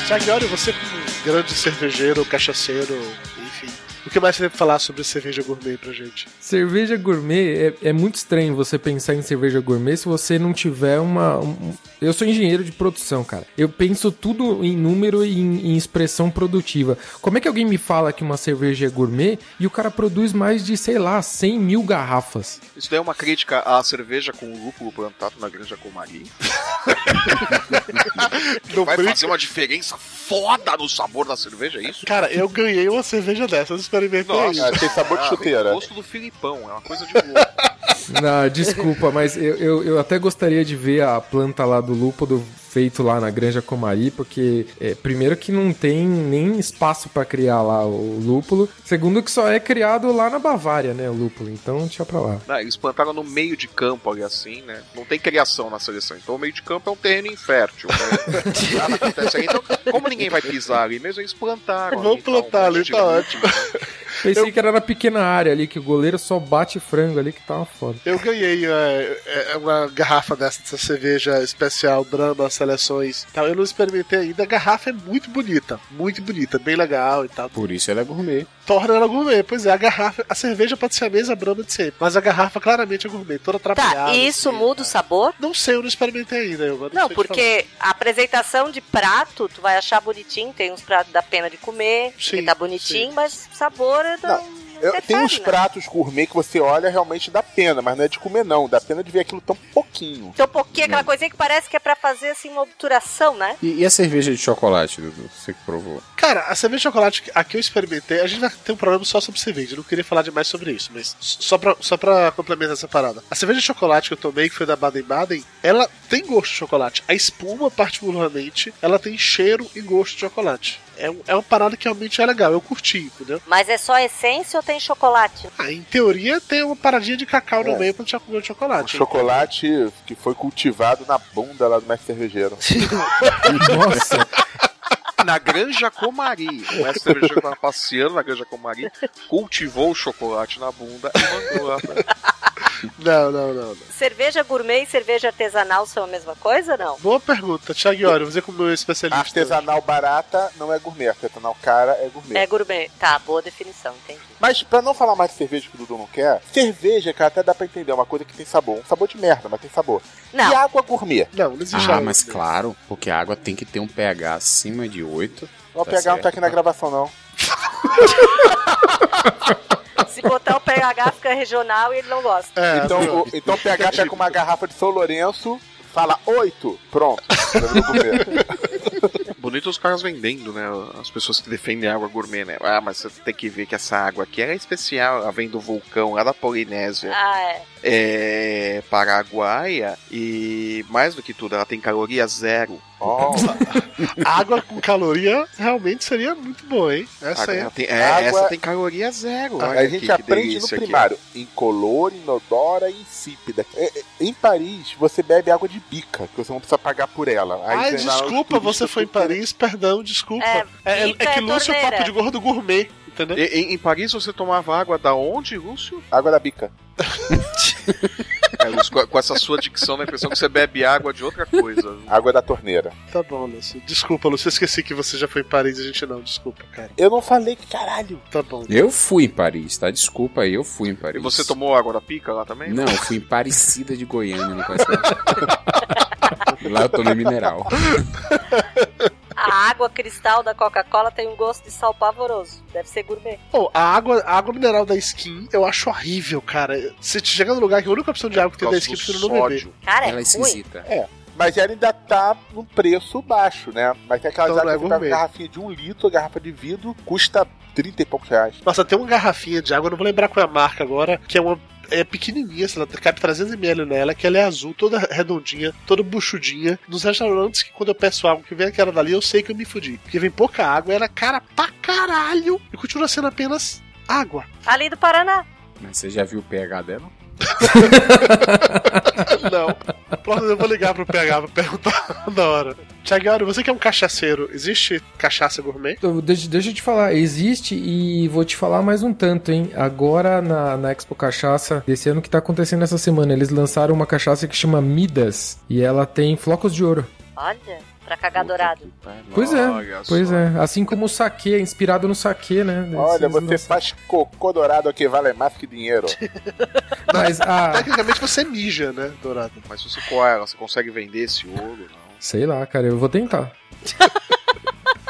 Speaker 1: Ah, é Sagiori, você como um grande cervejeiro, cachaceiro, enfim, O que mais você tem pra falar sobre cerveja gourmet pra gente?
Speaker 6: Cerveja gourmet é, é muito estranho você pensar em cerveja gourmet se você não tiver uma. um- eu sou engenheiro de produção, cara. Eu penso tudo em número e em, em expressão produtiva. Como é que alguém me fala que uma cerveja é gourmet e o cara produz mais de, sei lá, 100 mil garrafas?
Speaker 2: Isso daí é uma crítica à cerveja com lúpulo plantado na granja Comari.
Speaker 1: Então,
Speaker 2: que vai fazer uma diferença foda no sabor da cerveja, é isso?
Speaker 1: Cara, eu ganhei uma cerveja dessa, eu experimentei isso.
Speaker 2: Ah, O gosto do Filipão, é uma coisa de louco.
Speaker 6: Não, desculpa, mas eu, eu, eu até gostaria de ver a planta lá do lúpulo feito lá na Granja Comari, porque é, primeiro que não tem nem espaço pra criar lá o lúpulo, segundo que só é criado lá na Bavária, né, o lúpulo, então deixa pra lá.
Speaker 2: Ah, eles plantaram no meio de campo ali assim, né? Não tem criação na seleção. Então o meio de campo é um terreno infértil, né? Nada acontece ali. Então, como ninguém vai pisar ali mesmo, eles plantaram. então, um
Speaker 1: Vamos plantar ali, tá ótimo.
Speaker 6: Pensei que era na pequena área ali, que o goleiro só bate frango ali, que tá uma foda.
Speaker 1: Eu ganhei é, é, uma garrafa dessa, dessa cerveja especial, Brahma, seleções e tal. Eu não experimentei ainda. A garrafa é muito bonita, muito bonita, bem legal e tal.
Speaker 5: Por isso ela é gourmet.
Speaker 1: Torna ela gourmet, pois é, a garrafa, a cerveja pode ser a mesma Brahma de sempre, mas a garrafa claramente é gourmet, toda atrapalhada. assim,
Speaker 3: Tá, e isso muda o sabor?
Speaker 1: Não sei, eu não experimentei ainda. Eu
Speaker 3: Não, porque a apresentação de prato, tu vai achar bonitinho, tem uns pratos da pena de comer, que tá bonitinho, mas o sabor é né? da...
Speaker 4: Eu- tem uns pratos gourmet que você olha realmente dá pena, mas não é de comer não, dá pena de ver aquilo tão pouquinho.
Speaker 3: Então, porque
Speaker 4: Hum.
Speaker 3: aquela coisinha que parece que é pra fazer assim uma obturação, né?
Speaker 5: E, e a cerveja de chocolate, Dudu? Você que provou.
Speaker 1: Cara, a cerveja de chocolate que- a que eu experimentei, a gente vai ter um programa só sobre cerveja, eu não queria falar demais sobre isso, mas só pra, só pra complementar essa parada. A cerveja de chocolate que eu tomei, que foi da Baden Baden, ela tem gosto de chocolate. A espuma, particularmente, ela tem cheiro e gosto de chocolate. É, um- é uma parada que realmente é legal, eu curti, entendeu?
Speaker 3: Mas é só essência ou tem chocolate?
Speaker 1: Ah, em teoria tem uma paradinha de cacau
Speaker 5: É.
Speaker 1: no meio pra gente comer o chocolate.
Speaker 4: Chocolate que foi cultivado na bunda lá do mestre cervejeiro.
Speaker 6: Nossa!
Speaker 2: Na Granja Comari. O mestre cervejeiro tava passeando na Granja Comari, cultivou o chocolate na bunda e mandou lá.
Speaker 1: Não, não, não. não.
Speaker 3: Cerveja gourmet e cerveja artesanal são a mesma coisa ou não?
Speaker 1: Boa pergunta, Thiago Iori, você como meu especialista.
Speaker 4: Artesanal barata não é gourmet, artesanal cara é gourmet.
Speaker 3: É gourmet. Tá, boa definição, entendi.
Speaker 4: Mas pra não falar mais de cerveja que o Dudu não quer, cerveja, cara, até dá pra entender, é uma coisa que tem sabor. Um sabor de merda, mas tem sabor.
Speaker 3: Não.
Speaker 4: E água gourmet.
Speaker 1: Não, não
Speaker 5: Ah, mas claro, porque a água tem que ter um pH acima de 8.
Speaker 4: O
Speaker 2: é
Speaker 4: pH
Speaker 2: um
Speaker 4: não tá aqui na gravação, não.
Speaker 3: Se botar o pH fica regional e ele não gosta.
Speaker 2: É,
Speaker 1: É,
Speaker 4: então, o, então o PH pega uma garrafa de São Lourenço, fala 8, pronto.
Speaker 2: Bonito os caras vendendo, né? As pessoas que defendem água gourmet, né? Ah, mas você tem que ver que essa água aqui é especial. Ela vem do vulcão lá da Polinésia.
Speaker 3: Ah, é.
Speaker 2: é paraguaia e mais do que tudo, ela tem caloria zero.
Speaker 4: Ó,
Speaker 1: Água com caloria realmente seria muito boa, hein? Essa
Speaker 2: Água-
Speaker 1: aí.
Speaker 2: ela tem- é, Água- essa tem caloria zero.
Speaker 4: A,
Speaker 2: Olha
Speaker 4: gente
Speaker 2: que- que
Speaker 4: aprende no
Speaker 2: delícia aqui,
Speaker 4: primário, incolor, inodora e insípida. É, é, em Paris, você bebe água de bica, que você não precisa pagar por ela. Aí
Speaker 1: Ai,
Speaker 4: você- na-
Speaker 1: Ah, desculpa, você foi em Paris, perdão, desculpa. É, é, é que Lúcio é o papo de gordo gourmet, entendeu?
Speaker 2: Em, em Paris você tomava água da onde, Lúcio?
Speaker 4: Água da bica.
Speaker 2: É, Lúcio, com, com essa sua dicção, dá a impressão é que você bebe água de outra coisa.
Speaker 4: Água da torneira.
Speaker 1: Tá bom, Lúcio. Desculpa, Lúcio, eu esqueci que você já foi em Paris e a gente não, desculpa, cara.
Speaker 4: Eu não falei que caralho.
Speaker 1: Tá bom.
Speaker 5: Eu fui em Paris, tá? Desculpa aí, eu fui em
Speaker 2: E
Speaker 5: Paris.
Speaker 2: você tomou água da pica lá também?
Speaker 5: Não, eu fui em Parecida de Goiânia, não conhece não. Lá eu tomei mineral.
Speaker 3: A água cristal da Coca-Cola tem um gosto de sal pavoroso. Deve ser gourmet.
Speaker 1: Pô, a água, a água mineral da skin eu acho horrível, cara. Você chega no lugar que a única opção de água que tem da skin é você não beber.
Speaker 3: Cara,
Speaker 4: é Ela é
Speaker 5: esquisita.
Speaker 4: É. Mas ela ainda tá num preço baixo, né? Mas tem aquelas
Speaker 1: Então não é
Speaker 4: águas que você pega
Speaker 1: gourmet.
Speaker 4: uma garrafinha de um litro, garrafa de vidro, custa 30 e poucos reais.
Speaker 1: Nossa, tem uma garrafinha de água, eu não vou lembrar qual é a marca agora, que é uma. É pequenininha, sei lá, cabe 300ml nela, que ela é azul, toda redondinha, toda buchudinha. Nos restaurantes que quando eu peço água que vem aquela dali, eu sei que eu me fudi. Porque vem pouca água, ela é cara pra caralho e continua sendo apenas água.
Speaker 3: Tá Ali do Paraná.
Speaker 5: Mas você já viu o pH dela?
Speaker 1: Não. Próximo eu vou ligar pro PH pra perguntar na hora. Tiago, você que é um cachaceiro, existe cachaça gourmet?
Speaker 6: Eu- Deixa, deixa eu te falar, existe e vou te falar mais um tanto, hein? Agora na, na Expo Cachaça, desse ano que tá acontecendo essa semana, eles lançaram uma cachaça que chama Midas e ela tem flocos de ouro.
Speaker 3: Olha, pra cagar Tá dourado.
Speaker 6: Pois é,
Speaker 4: Olha
Speaker 6: pois
Speaker 4: só.
Speaker 6: é. Assim como o saque é inspirado no saque, né?
Speaker 4: Olha,
Speaker 6: Esses
Speaker 4: você
Speaker 6: nossos-
Speaker 4: faz cocô dourado que vale mais que dinheiro.
Speaker 6: Mas ah, a.
Speaker 1: Tecnicamente você mija, né, dourado?
Speaker 2: Mas se você coar ela, você consegue vender esse ouro? né? Não.
Speaker 6: Sei lá, cara, eu vou tentar.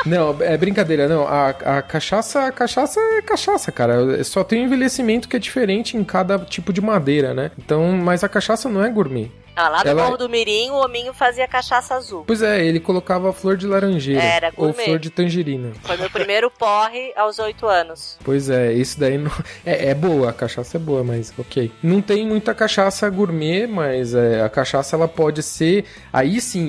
Speaker 6: Não, é brincadeira, não. A, a cachaça, a cachaça é cachaça, cara. Só tem um envelhecimento que é diferente em cada tipo de madeira, né? Então, mas a cachaça não é gourmet.
Speaker 3: Ah, lá no
Speaker 6: Ela-
Speaker 3: Morro do Mirim, o hominho fazia cachaça azul.
Speaker 6: Pois é, ele colocava flor de laranjeira
Speaker 3: Era
Speaker 6: ou
Speaker 3: gourmet.
Speaker 6: flor de tangerina.
Speaker 3: Foi meu primeiro porre aos oito anos.
Speaker 6: Pois é, isso daí não... é, é boa, a cachaça é boa, mas ok. Não tem muita cachaça gourmet, mas é, a cachaça ela pode ser aí sim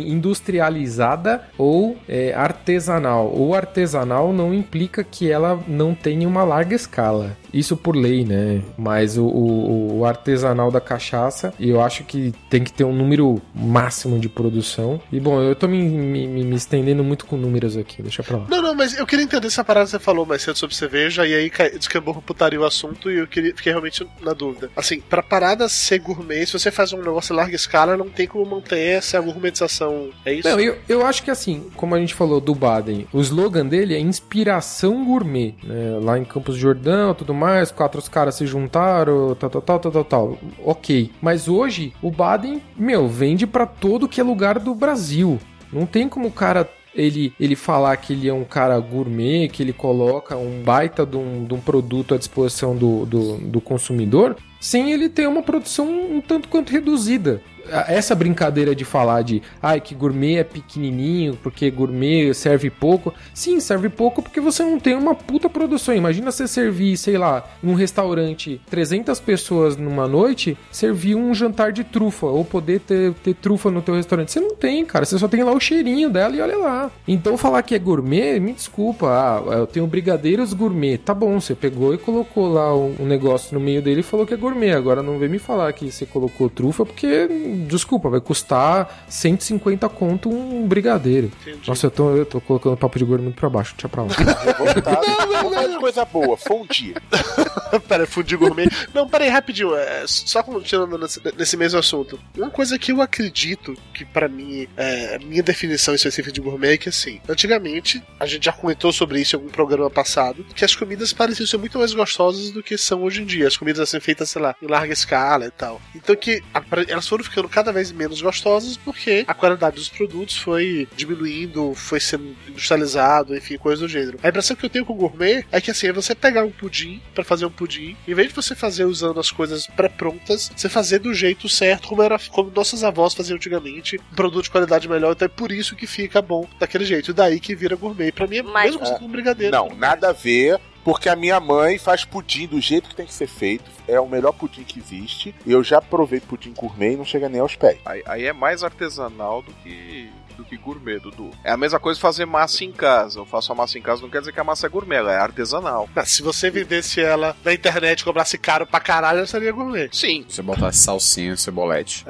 Speaker 6: industrializada ou é, artesanal. O artesanal não implica que ela não tenha uma larga escala. Isso por lei, né? Mas o, o- o artesanal da cachaça, eu acho que tem que ter um número máximo de produção. E bom, eu tô me, me- me- me estendendo muito com números aqui, deixa pra lá.
Speaker 1: Não, não, mas eu queria entender essa parada que você falou mais cedo sobre cerveja, e aí cai- descambou pro é putaria o assunto e eu queria, fiquei realmente na dúvida. Assim, pra parada ser gourmet, se você faz um negócio em larga escala, não tem como manter essa gourmetização. É isso?
Speaker 6: Não, eu, eu acho que assim, como a gente falou do Baden, o slogan dele é inspiração gourmet, né? Lá em Campos de Jordão, tudo mais, quatro os caras se juntaram, tal, tal, tal, tal, tal, tal. Ok. Mas hoje, o Baden, meu, vende pra todo que é lugar do Brasil. Não tem como o cara ele, ele falar que ele é um cara gourmet, que ele coloca um baita de um, de um produto à disposição do, do, do consumidor, sem ele ter uma produção um tanto quanto reduzida. A- Essa brincadeira de falar de ai que gourmet é pequenininho, porque gourmet serve pouco. Sim, serve pouco porque você não tem uma puta produção. Imagina você servir, sei lá, num restaurante 300 pessoas numa noite, servir um jantar de trufa ou poder ter, ter trufa no teu restaurante. Você não tem, cara. Você só tem lá o cheirinho dela e olha lá. Então falar que é gourmet, me desculpa. Ah, eu tenho brigadeiros gourmet. Tá bom, você pegou e colocou lá um um negócio no meio dele e falou que é gourmet. Agora não vem me falar que você colocou trufa porque, desculpa, vai custar 150 conto um brigadeiro. Nossa, eu tô, eu tô colocando o papo de gordo muito pra baixo. Deixa pra lá.
Speaker 4: Tá? Vamos falar de coisa boa, fundi.
Speaker 1: Pera, fundi gourmet. Não, pera aí, rapidinho. é, só continuando nesse, nesse mesmo assunto. Uma coisa que eu acredito que, pra mim, é a minha definição específica de gourmet é que, assim, antigamente, a gente já comentou sobre isso em algum programa passado, que as comidas pareciam ser muito mais gostosas do que são hoje em dia. As comidas, assim, feitas, sei lá, em larga escala e tal. Então que a- pra- elas foram ficando cada vez menos gostosas porque a qualidade dos produtos foi diminuindo, foi sendo industrializado, enfim, coisas do gênero. A impressão que eu tenho com o gourmet é que assim, é você pegar um pudim pra fazer um pudim, em vez de você fazer usando as coisas pré-prontas, você fazer do jeito certo, como era como nossas avós faziam antigamente, um produto de qualidade melhor, então é por isso que fica bom daquele jeito. E daí que vira gourmet. Pra mim é
Speaker 3: Mas-
Speaker 1: mesmo conceito com brigadeiro.
Speaker 4: Não, nada a ver, porque a minha mãe faz pudim do jeito que tem que ser feito. É o melhor pudim que existe. E eu já provei pudim gourmet e não chega nem aos pés.
Speaker 2: Aí, aí é mais artesanal do que do que gourmet, Dudu. É a mesma coisa fazer massa em casa. Eu faço a massa em casa, não quer dizer que a massa é gourmet, ela é artesanal.
Speaker 1: Mas Ah, se você vendesse ela na internet e cobrasse caro pra caralho, ela seria gourmet.
Speaker 2: Sim.
Speaker 5: Você botar salsinha, cebolete.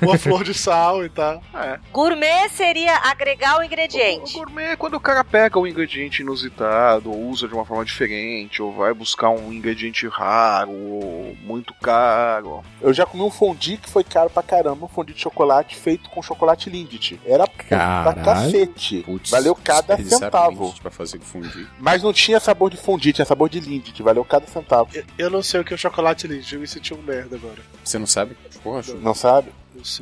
Speaker 1: Uma flor de sal e tal.
Speaker 2: É.
Speaker 3: Gourmet seria agregar o ingrediente.
Speaker 2: Gourmet é quando o cara pega um ingrediente inusitado, ou usa de uma forma diferente, ou vai buscar um ingrediente raro, ou muito caro.
Speaker 4: Eu já comi um fondue que foi caro pra caramba, um fondue de chocolate feito com chocolate Lindt. Era bom pra
Speaker 5: Caralho.
Speaker 4: cacete. Valeu cada
Speaker 5: desperdiçaram
Speaker 4: centavo.
Speaker 5: leite Pra fazer fundir.
Speaker 4: Mas não tinha sabor de fondue, tinha sabor de Lindt. Valeu cada centavo.
Speaker 1: Eu não sei o que é o chocolate Lindt, eu me senti um merda agora.
Speaker 5: Você não sabe? Porra, Ju.
Speaker 4: Não sabe?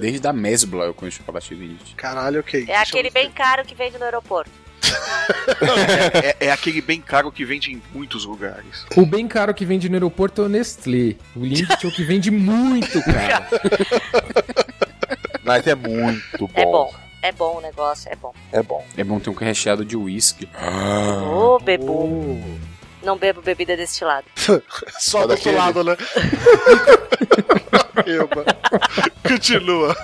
Speaker 5: Desde a Mesbla eu conheço chocolate Lindt.
Speaker 1: Caralho, ok.
Speaker 3: É aquele bem caro que vende no aeroporto.
Speaker 2: É, é aquele bem caro que vende em muitos lugares.
Speaker 6: O bem caro que vende no aeroporto é o Nestlé. O Lindt é o que vende muito, cara.
Speaker 4: Mas é muito
Speaker 3: É bom. É bom o negócio, é bom.
Speaker 4: É bom.
Speaker 5: É bom ter um recheado de uísque.
Speaker 3: Ô, bebum. Não bebo bebida destilada.
Speaker 1: Só do outro
Speaker 5: daquele.
Speaker 1: lado, né? Eba. Continua.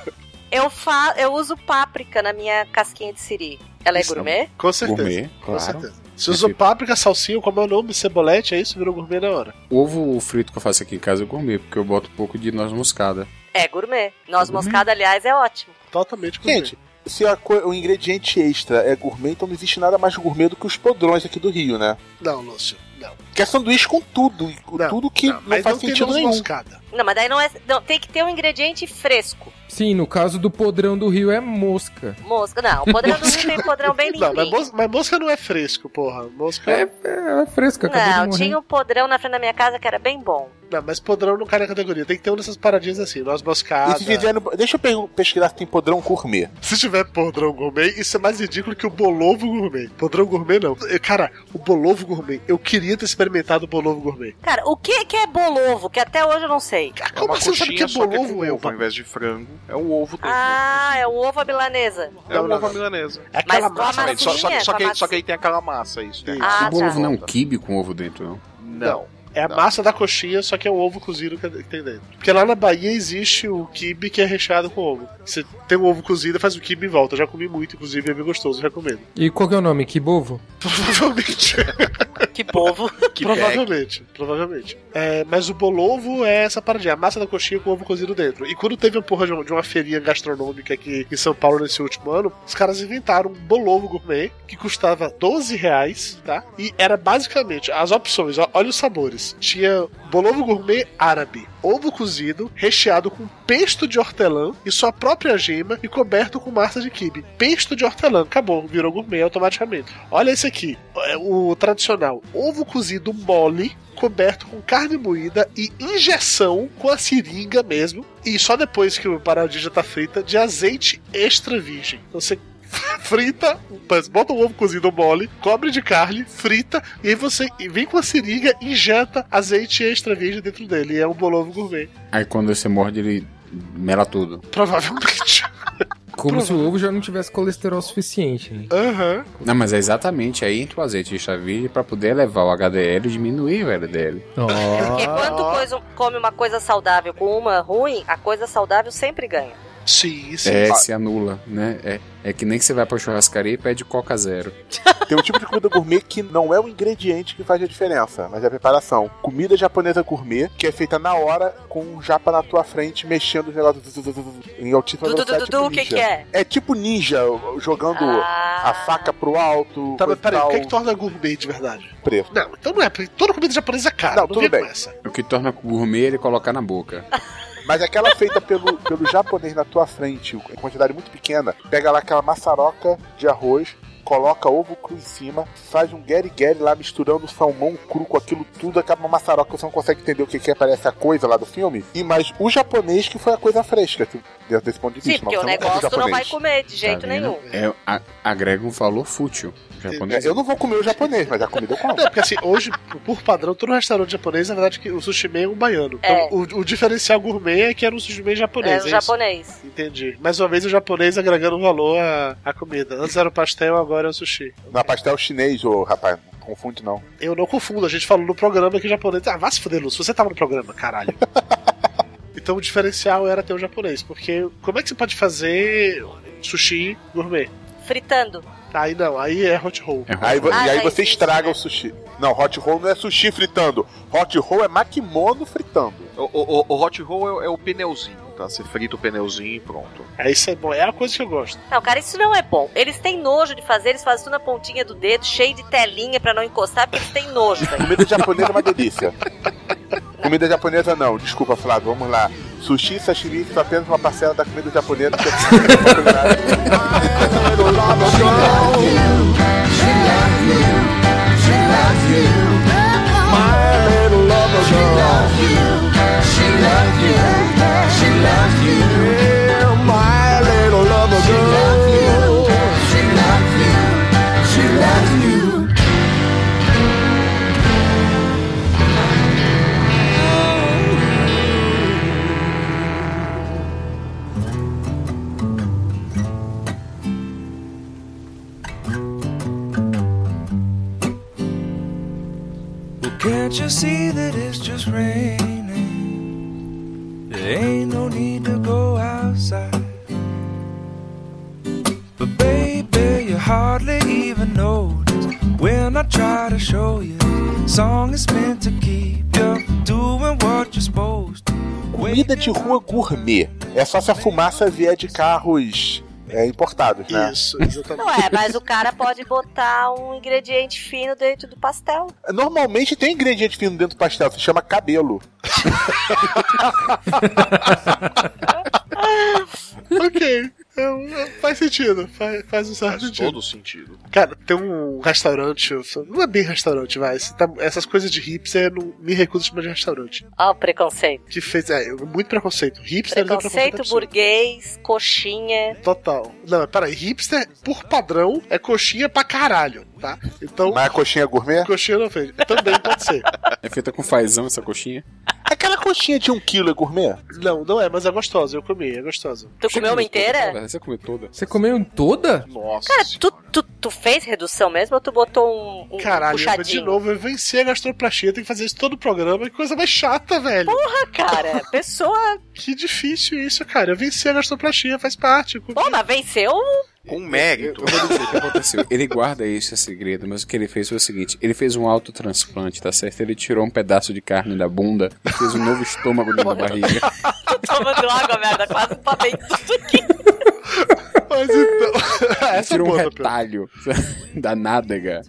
Speaker 3: Eu, fa... eu uso páprica na minha casquinha de siri. Ela é
Speaker 1: Isso,
Speaker 3: gourmet?
Speaker 1: Com certeza.
Speaker 5: Gourmet,
Speaker 1: com
Speaker 5: claro.
Speaker 1: certeza. Se usou páprica, salsinha, como é o nome, cebolete, é isso? Virou gourmet na hora.
Speaker 5: Ovo frito que eu faço aqui em casa eu comi, porque eu boto um pouco de noz moscada.
Speaker 3: É gourmet. Noz moscada, aliás, é ótimo.
Speaker 1: Totalmente
Speaker 3: gourmet.
Speaker 4: Gente, se a co- o ingrediente extra é gourmet, então não existe nada mais gourmet do que os podrões aqui do Rio, né?
Speaker 1: Não, Lúcio, não.
Speaker 4: Que é sanduíche com tudo, e com tudo que não,
Speaker 1: Mas
Speaker 4: faz
Speaker 1: não tem
Speaker 4: sentido
Speaker 1: noz
Speaker 4: nenhum.
Speaker 1: moscada.
Speaker 3: Não, mas daí não é. Não, tem que ter um ingrediente fresco.
Speaker 6: Sim, no caso do podrão do rio é mosca.
Speaker 3: Mosca. Não, o podrão do rio tem podrão bem
Speaker 1: Não, mas,
Speaker 3: limpinho.
Speaker 1: mos- mas mosca não é fresco, porra. Mosca
Speaker 6: é, é fresca,
Speaker 3: Não, tinha um podrão na frente da minha casa que era bem bom.
Speaker 1: Não, mas podrão não cai na categoria. Tem que ter uma dessas paradinhas assim, nós moscadas.
Speaker 4: E se tiver no- Deixa eu pergun- pesquisar se tem podrão gourmet.
Speaker 1: Se tiver podrão gourmet, isso é mais ridículo que o bolovo gourmet. Podrão gourmet não. Eu- Cara, o bolovo gourmet. Eu queria ter experimentado o bolovo gourmet.
Speaker 3: Cara, o que, que é bolovo? Que até hoje eu não sei.
Speaker 2: É uma
Speaker 4: assim?
Speaker 1: você sabe que é
Speaker 2: coxinha só que é
Speaker 1: bolovo,
Speaker 2: com ovo ao invés de frango. É o ovo dentro.
Speaker 3: Ah, é o ovo à milanesa.
Speaker 2: é
Speaker 4: Então,
Speaker 2: o ovo à milanesa.
Speaker 1: É
Speaker 3: aquela Mas com a massa.
Speaker 2: Só, só,
Speaker 3: massinha,
Speaker 2: só,
Speaker 3: com a
Speaker 2: que, só que aí tem aquela massa, é isso. Tem
Speaker 3: Ah,
Speaker 2: aquela
Speaker 3: tá.
Speaker 5: Ovo
Speaker 2: massa.
Speaker 5: não é um quibe com ovo dentro, não.
Speaker 2: Não.
Speaker 1: É a massa da coxinha, só que é o ovo cozido que que tem dentro. Porque lá na Bahia existe o quibe que é recheado com ovo. Você tem o ovo cozido, faz o quibe em volta. Eu já comi muito, inclusive, é bem gostoso, recomendo.
Speaker 6: E qual que é o nome? Kibovo?
Speaker 1: Provavelmente.
Speaker 3: que povo.
Speaker 1: provavelmente, provavelmente. É, mas o bolovo é essa paradinha, a massa da coxinha com ovo cozido dentro. E quando teve a porra de uma, de uma feirinha gastronômica aqui em São Paulo nesse último ano, os caras inventaram um bolovo gourmet que custava 12 reais, tá? E era basicamente as opções, ó, olha os sabores. Tinha bolovo gourmet árabe, ovo cozido, recheado com pesto de hortelã e sua própria gema e coberto com massa de quibe. Pesto de hortelã, acabou, virou gourmet automaticamente. Olha esse aqui, é o tradicional, ovo cozido mole coberto com carne moída e injeção com a seringa mesmo e só depois que o paradinha tá frita de azeite extra virgem. Então você frita, mas bota o ovo cozido mole, cobre de carne, frita, e aí você vem com a seringa e injeta azeite extra virgem dentro dele. E é um bolovo gourmet.
Speaker 5: Aí quando você morde, ele mela tudo.
Speaker 1: Provavelmente.
Speaker 6: Como se o ovo já não tivesse colesterol suficiente, né?
Speaker 1: Aham.
Speaker 5: Não, mas é exatamente aí entra o azeite de chá verde pra poder elevar o HDL e diminuir o LDL.
Speaker 4: Ah,
Speaker 3: Porque quando coisa, come uma coisa saudável com uma ruim, a coisa saudável sempre ganha.
Speaker 1: Sim, sim.
Speaker 5: É, se anula, né? É, é que nem que você vai pra churrascaria e pede coca zero.
Speaker 4: Tem um tipo de comida gourmet que não é o ingrediente que faz a diferença, mas é a preparação. Comida japonesa gourmet, que é feita na hora com um japa na tua frente, mexendo os negócios du- du- du- du- du- em altíssima
Speaker 3: Du- du-
Speaker 4: velocidade.
Speaker 3: du-
Speaker 4: tipo
Speaker 3: du- o que
Speaker 4: ninja.
Speaker 3: que é? Ah.
Speaker 4: É tipo ninja, jogando a faca pro alto.
Speaker 1: Tá, mas
Speaker 4: coisa e
Speaker 1: peraí, o
Speaker 4: tal.
Speaker 1: que, é que torna gourmet de verdade?
Speaker 4: Preço.
Speaker 1: Não, então não é, porque toda comida japonesa é cara. Não, tudo bem. Essa.
Speaker 5: O que torna gourmet é ele colocar na boca.
Speaker 4: Mas é aquela feita pelo, pelo japonês na tua frente, em quantidade muito pequena, pega lá aquela maçaroca de arroz, coloca ovo cru em cima, faz um gueri-gueri lá misturando salmão cru com aquilo tudo, acaba uma maçaroca que você não consegue entender o que, que é, parece a coisa lá do filme. E mas o japonês que foi a coisa fresca, assim, dentro desse ponto de vista.
Speaker 3: Sim, porque
Speaker 4: mas
Speaker 3: o
Speaker 4: você não come
Speaker 3: negócio tu não
Speaker 4: japonês.
Speaker 3: vai comer de jeito
Speaker 5: Tá vendo?
Speaker 3: nenhum.
Speaker 5: É, a- agrega um valor fútil. Japonês.
Speaker 4: É, Eu não vou comer o japonês, mas a comida eu como.
Speaker 1: Não, porque assim, hoje, por padrão, todo restaurante japonês, na verdade, que o sushi man é um baiano.
Speaker 3: É.
Speaker 1: Então, o, o diferencial gourmet é que era um sushi man
Speaker 3: É
Speaker 1: japonês. isso?
Speaker 3: o japonês.
Speaker 1: Entendi. Mais uma vez, o japonês agregando valor à, à comida. Antes era o pastel, agora é o sushi.
Speaker 4: Na pastel chinês, ô rapaz, não confunde não.
Speaker 1: Eu não confundo, a gente falou no programa que japonês. Ah, vá se fuder, Lúcio, você tava no programa, caralho. então o diferencial era ter o japonês, porque como é que você pode fazer sushi gourmet?
Speaker 3: Fritando.
Speaker 1: Aí não, aí é hot roll.
Speaker 4: Aí, vo-
Speaker 3: Ah,
Speaker 4: e aí
Speaker 3: já
Speaker 4: você
Speaker 3: existe,
Speaker 4: estraga
Speaker 3: né?
Speaker 4: o sushi. Não, hot roll não é sushi fritando. Hot roll é makimono fritando.
Speaker 2: O, o- o- o hot roll é, é o pneuzinho, tá? Você frita o pneuzinho e pronto.
Speaker 1: É isso é bom, é a coisa que eu gosto.
Speaker 3: Não, cara, isso não é bom. Eles têm nojo de fazer, eles fazem tudo na pontinha do dedo, cheio de telinha pra não encostar, porque eles têm nojo. velho.
Speaker 4: Comida japonesa é uma delícia. Comida japonesa não, desculpa, Flávio, vamos lá. Sushi e sashimi são apenas uma parcela da comida japonesa que
Speaker 7: Well, can't you see that it's just raining? There ain't no need to go outside. But baby, you hardly even notice when I try to show you. Song is meant to keep you from doing what you're supposed to.
Speaker 4: Comida de rua gourmet. É só se a fumaça vier de carros é, importados, né?
Speaker 1: Isso, exatamente.
Speaker 3: Ué, é, mas o cara pode botar um ingrediente fino dentro do pastel.
Speaker 4: Normalmente tem ingrediente fino dentro do pastel, se chama cabelo.
Speaker 1: ok. É um- é- faz sentido, faz, faz um certo sentido.
Speaker 2: Todo sentido.
Speaker 1: Cara, tem um restaurante, eu falo, não é bem restaurante, vai. esse tá- essas coisas de hipster, eu não me recuso a chamar de restaurante.
Speaker 3: Ah, o preconceito.
Speaker 1: Que fez, é, muito preconceito. Hipster é preconceito
Speaker 3: Preconceito
Speaker 1: absurdo.
Speaker 3: burguês, coxinha.
Speaker 1: Total. Não, peraí, hipster, por padrão, é coxinha pra caralho, tá? Então.
Speaker 4: Mas a coxinha é gourmet?
Speaker 1: Coxinha não fez. Também pode ser.
Speaker 5: É feita com fazão essa coxinha?
Speaker 4: Aquela coxinha de um quilo é gourmet?
Speaker 1: Não, não é, mas é gostosa, eu comi, é gostosa.
Speaker 3: Tu comeu uma
Speaker 1: né,
Speaker 3: inteira?
Speaker 5: Você comeu toda.
Speaker 6: Você comeu toda?
Speaker 2: Nossa.
Speaker 3: Cara, tu, tu, tu fez redução mesmo ou tu botou um, um
Speaker 1: Caralho,
Speaker 3: puxadinho?
Speaker 1: mas de novo, eu venci a gastroplastia, tem que fazer isso todo o programa, que coisa mais chata, velho.
Speaker 3: Porra, Ah, cara, pessoa.
Speaker 1: que difícil isso, cara. Eu venci a gastroplastia, faz parte.
Speaker 3: Pô, mas venceu?
Speaker 2: Com mérito.
Speaker 5: Eu vou dizer o que aconteceu. Ele guarda isso, é segredo, mas o que ele fez foi o seguinte: ele fez um autotransplante, tá certo? Ele tirou um pedaço de carne da bunda e fez um novo estômago dentro da barriga.
Speaker 3: Tô tomando água, merda, quase um papei tudo aqui.
Speaker 1: Mas então. Essa
Speaker 5: Ele
Speaker 1: é
Speaker 5: tirou um
Speaker 1: boa, Pedro.
Speaker 5: retalho da nádega.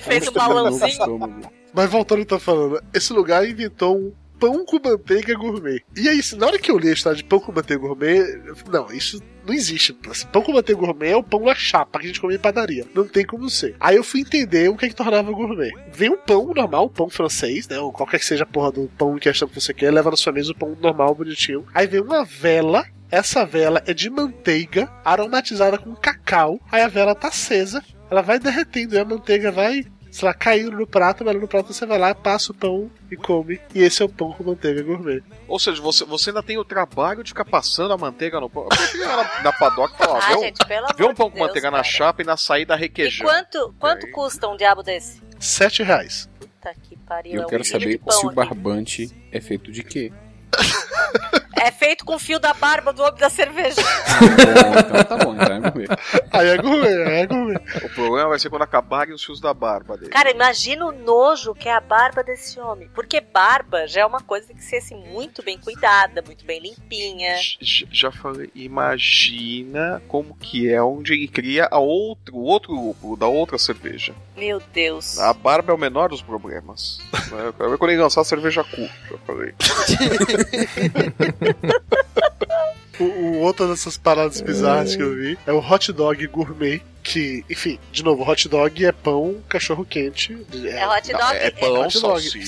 Speaker 3: Fez um
Speaker 5: novo
Speaker 3: balãozinho.
Speaker 5: estômago.
Speaker 1: Mas voltando ao que eu tô falando, esse lugar inventou um pão com manteiga gourmet. E aí, na hora que eu li a história de pão com manteiga gourmet, eu falei, não, isso não existe. Assim, Pão com manteiga gourmet é o pão na chapa que a gente come em padaria. Não tem como ser. Aí eu fui entender o que é que tornava gourmet. Vem um pão normal, pão francês, né? Ou qualquer que seja a porra do pão em questão que você quer, leva na sua mesa o pão normal, bonitinho. Aí vem uma vela essa vela é de manteiga aromatizada com cacau. Aí a vela tá acesa, ela vai derretendo e a manteiga vai, sei lá, caindo no prato, mas no prato você vai lá, passa o pão e come. E esse é o pão com manteiga gourmet.
Speaker 2: Ou seja, você, você ainda tem o trabalho de ficar passando a manteiga no pão. Eu prefiro ir lá na, na padoca e falar, ó,
Speaker 3: Ah,
Speaker 2: vê, um-
Speaker 3: gente, pelo
Speaker 2: vê um
Speaker 3: amor
Speaker 2: pão
Speaker 3: de
Speaker 2: com
Speaker 3: Deus,
Speaker 2: manteiga na chapa e na saída
Speaker 3: E
Speaker 2: requeijão.
Speaker 3: quanto, quanto custa um diabo desse?
Speaker 1: Sete reais.
Speaker 3: Puta que pariu. é
Speaker 5: Eu
Speaker 3: um quilo
Speaker 5: quero
Speaker 3: de
Speaker 5: saber
Speaker 3: pão
Speaker 5: se o
Speaker 3: aqui.
Speaker 5: barbante é feito de quê?
Speaker 3: É feito com fio da barba do homem da cerveja.
Speaker 5: Bom, então tá bom, então é gourmet.
Speaker 1: Aí é gourmet, aí é gourmet.
Speaker 2: O problema vai ser quando acabarem os fios da barba dele.
Speaker 3: Cara, imagina o nojo que é a barba desse homem. Porque barba já é uma coisa que tem que ser assim, muito bem cuidada, muito bem limpinha.
Speaker 2: J- Já falei, imagina como que é onde ele cria a outro, o outro lúpulo da outra cerveja.
Speaker 3: Meu Deus.
Speaker 2: A barba é o menor dos problemas. né? Eu quero ver quando ele lançar a cerveja cu, já falei.
Speaker 1: O, o outra dessas paradas bizarras que eu vi é o hot dog gourmet. Que, enfim, de novo, hot dog é pão, cachorro quente.
Speaker 3: É hot dog? Não, é pão,
Speaker 1: hot dog,
Speaker 3: salsicha.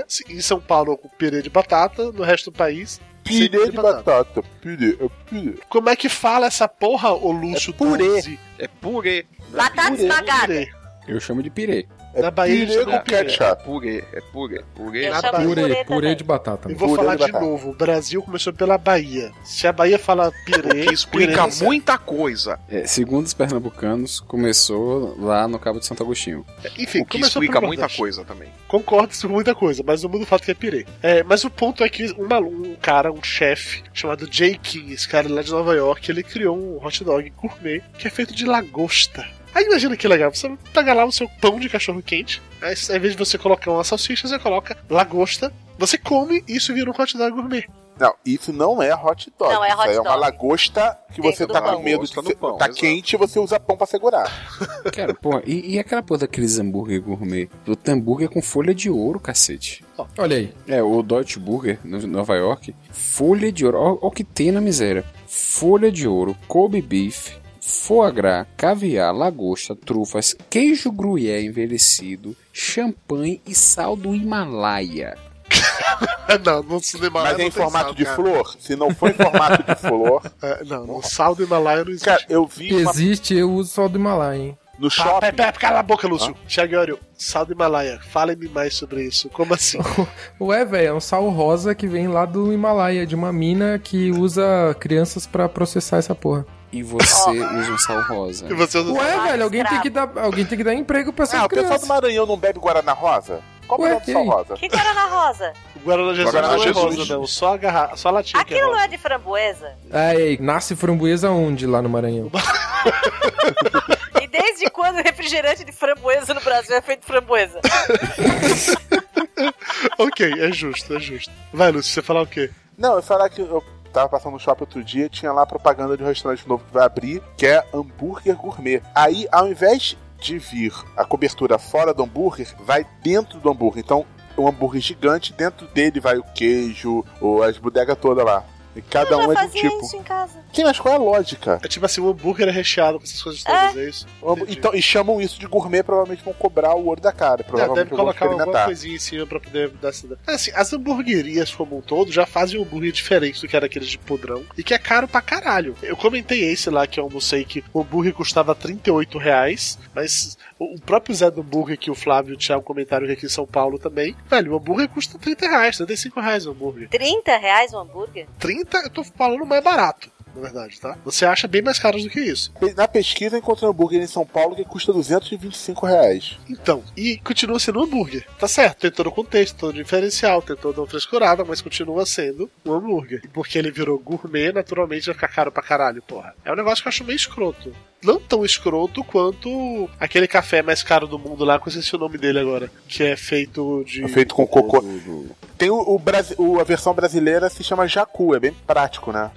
Speaker 1: salsicha. Em São Paulo, com purê de batata. No resto do país,
Speaker 4: Purê
Speaker 1: sempre
Speaker 4: de batata, purê, é purê.
Speaker 1: Como é que fala essa porra, ô Lúcio? É
Speaker 4: purê.
Speaker 2: É purê.
Speaker 3: Batata esmagada.
Speaker 5: Eu chamo de pirê.
Speaker 1: Na Bahia
Speaker 4: purê
Speaker 1: chama
Speaker 4: com ketchup.
Speaker 2: Purê, é purê, purê.
Speaker 3: Eu chamo de purê também.
Speaker 6: de batata.
Speaker 1: E vou
Speaker 4: Purê
Speaker 1: falar
Speaker 4: de
Speaker 1: de,
Speaker 4: batata.
Speaker 1: novo, o Brasil começou pela Bahia. Se a Bahia fala pirê,
Speaker 2: Explica
Speaker 1: pirê-
Speaker 2: muita coisa.
Speaker 5: É, segundo os pernambucanos, começou lá no Cabo de Santo Agostinho.
Speaker 1: Enfim,
Speaker 2: o que
Speaker 1: começou
Speaker 2: explica
Speaker 1: pelo
Speaker 2: muita
Speaker 1: Nordeste.
Speaker 2: coisa também.
Speaker 1: Concordo com muita coisa, mas não muda o fato que é pirê. É, mas o ponto é que um maluco, um cara, um chefe, chamado Jay King, esse cara lá de Nova York, ele criou um hot dog gourmet que é feito de lagosta. Aí imagina que legal, você pega lá o seu pão de cachorro quente, aí ao invés de você colocar uma salsicha, você coloca lagosta, você come e isso vira um hot dog gourmet.
Speaker 4: Não, isso não é hot dog.
Speaker 3: Não, é
Speaker 4: isso
Speaker 3: hot
Speaker 4: aí é uma
Speaker 3: dog.
Speaker 4: lagosta que
Speaker 3: Dentro
Speaker 4: você
Speaker 3: do
Speaker 4: tá
Speaker 3: pão.
Speaker 4: com medo de
Speaker 2: Lagosta no
Speaker 4: ser,
Speaker 2: pão,
Speaker 4: tá
Speaker 2: exato.
Speaker 4: quente e você usa pão pra segurar.
Speaker 5: Cara, porra, e, e aquela porra daqueles hambúrguer gourmet? Do hambúrguer com folha de ouro, cacete.
Speaker 6: Olha aí.
Speaker 5: É, o Deutsche Burger, no Nova York. Folha de ouro. Olha o que tem na miséria. Folha de ouro, Kobe beef, foie gras, caviar, lagosta, trufas, queijo gruyère envelhecido, champanhe e sal do Himalaia.
Speaker 1: não, não se demora.
Speaker 4: Mas é
Speaker 1: Ah, não tem
Speaker 4: em formato
Speaker 1: sal,
Speaker 4: de
Speaker 1: cara.
Speaker 4: flor? Se não for em formato de flor.
Speaker 1: É, não, no sal do Himalaia não existe.
Speaker 4: Cara, eu vi uma,
Speaker 6: Existe, eu uso só do Himalaia, hein?
Speaker 4: no
Speaker 1: Pá, pé,
Speaker 4: shopping.
Speaker 1: pé, Tá, cala a boca, Lúcio. Chagório, sal do Himalaia, fale-me mais sobre isso. Como assim?
Speaker 6: Ué, velho, é um sal rosa que vem lá do Himalaia, de uma mina que usa crianças pra processar essa porra.
Speaker 5: E você usa um sal rosa.
Speaker 1: E você usa-
Speaker 6: Ué,
Speaker 3: Ah,
Speaker 6: velho, alguém tem,
Speaker 3: escravo.
Speaker 6: que dar, alguém tem que dar emprego pra essas
Speaker 4: Ah, o pessoal do
Speaker 6: crianças.
Speaker 4: Maranhão não bebe Guaraná Rosa? Qual
Speaker 6: Ué,
Speaker 4: é o
Speaker 6: que
Speaker 4: pessoal
Speaker 6: aí?
Speaker 4: rosa?
Speaker 3: Que Guaraná Rosa?
Speaker 1: O Guaraná Jesus
Speaker 4: Guaraná
Speaker 1: não é
Speaker 4: Jesus.
Speaker 1: rosa, não. Só a, garra... Só a latinha que é
Speaker 3: Aquilo
Speaker 1: rosa.
Speaker 3: não é de framboesa?
Speaker 6: Ah, ei, nasce framboesa onde lá no Maranhão?
Speaker 3: E desde quando o refrigerante de framboesa no Brasil é feito de framboesa?
Speaker 1: Ok, é justo, é justo. Vai, Lúcio, você falar o quê?
Speaker 4: Não, eu falar que eu Tava passando no shopping outro dia, tinha lá propaganda de um restaurante novo que vai abrir, que é hambúrguer gourmet. Aí, ao invés de vir a cobertura fora do hambúrguer, vai dentro do hambúrguer. Então, um hambúrguer gigante, dentro dele vai o queijo, ou as bodegas todas lá. E cada um é de um tipo.
Speaker 3: isso em casa.
Speaker 4: Sim, mas qual é a lógica?
Speaker 1: É tipo assim, o hambúrguer é recheado com essas coisas todas, é, isso?
Speaker 4: Então, e chamam isso de gourmet, provavelmente vão cobrar o olho da cara.
Speaker 1: É,
Speaker 4: Provavelmente
Speaker 1: deve
Speaker 4: eu vou
Speaker 1: colocar alguma
Speaker 4: experimentar.
Speaker 1: coisinha em cima pra poder dar essa. É assim, as hamburguerias como um todo já fazem um hambúrguer diferente do que era aqueles de podrão e que é caro pra caralho. Eu comentei esse lá que eu almocei que o hambúrguer custava 38 reais, mas o o próprio Zé do hambúrguer que o Flávio tinha um comentário aqui em São Paulo também, velho, o hambúrguer custa 30 reais, 35 reais o hambúrguer.
Speaker 3: 30 reais um hambúrguer?
Speaker 1: 30, eu tô falando mais barato, na verdade, tá? Você acha bem mais caros do que isso.
Speaker 4: Na pesquisa, eu encontrei um hambúrguer em São Paulo que custa 225 reais.
Speaker 1: Então, e continua sendo um hambúrguer. Tá certo, tem todo o contexto, todo o diferencial, tem toda uma frescurada, mas continua sendo um hambúrguer. E porque ele virou gourmet, naturalmente vai ficar caro pra caralho, porra. É um negócio que eu acho meio escroto. Não tão escroto quanto aquele café mais caro do mundo lá, que eu esqueci o nome dele agora, que é feito de.
Speaker 4: É feito com cocô. Tem o, o Brasi- o- a versão brasileira se chama Jacu, é bem prático, né?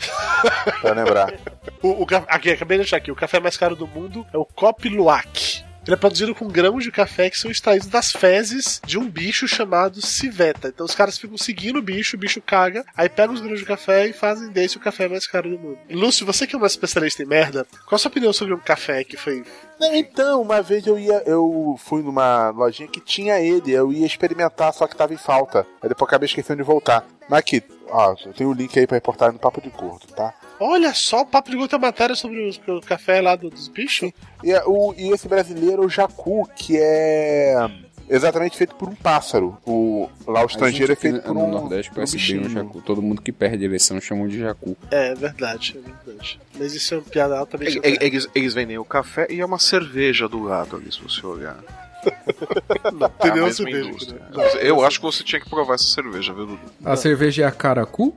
Speaker 4: pra lembrar.
Speaker 1: O, o ca- aqui, acabei de achar aqui, o café mais caro do mundo é o Cop Luwak. Ele é produzido com grãos de café que são extraídos das fezes de um bicho chamado civeta. Então os caras ficam seguindo o bicho, o bicho caga, aí pegam os grãos de café e fazem desse o café mais caro do mundo. Lúcio, você que é uma especialista em merda, qual a sua opinião sobre um café que foi.
Speaker 4: Não, então, uma vez eu ia, eu fui numa lojinha que tinha ele, eu ia experimentar, só que tava em falta. Aí depois acabei esquecendo de voltar. Mas aqui, ó, eu tenho o link aí pra reportar no Papo de Gordo, tá?
Speaker 1: Olha só, o papo de outra matéria sobre os- o café lá do- dos bichos?
Speaker 4: E, é o, e esse brasileiro, o Jacu, que é exatamente feito por um pássaro. O, lá o estrangeiro é
Speaker 5: aqui
Speaker 4: feito
Speaker 5: no-
Speaker 4: por
Speaker 5: no
Speaker 4: um.
Speaker 5: Nordeste
Speaker 4: por um
Speaker 5: conhece bem o
Speaker 4: bichinho.
Speaker 5: jacu. Todo mundo que perde eleição chamam de jacu.
Speaker 1: É, é verdade, é verdade. Mas isso é uma piada altamente.
Speaker 2: Eles, eles- eles vendem o café e é uma cerveja do lado ali, se você olhar. Não,
Speaker 1: tem nenhuma cerveja,
Speaker 2: indústria.
Speaker 1: né?
Speaker 2: Eu- Eu acho que você tinha que provar essa cerveja, viu, Dudu?
Speaker 6: A cerveja é a caracu?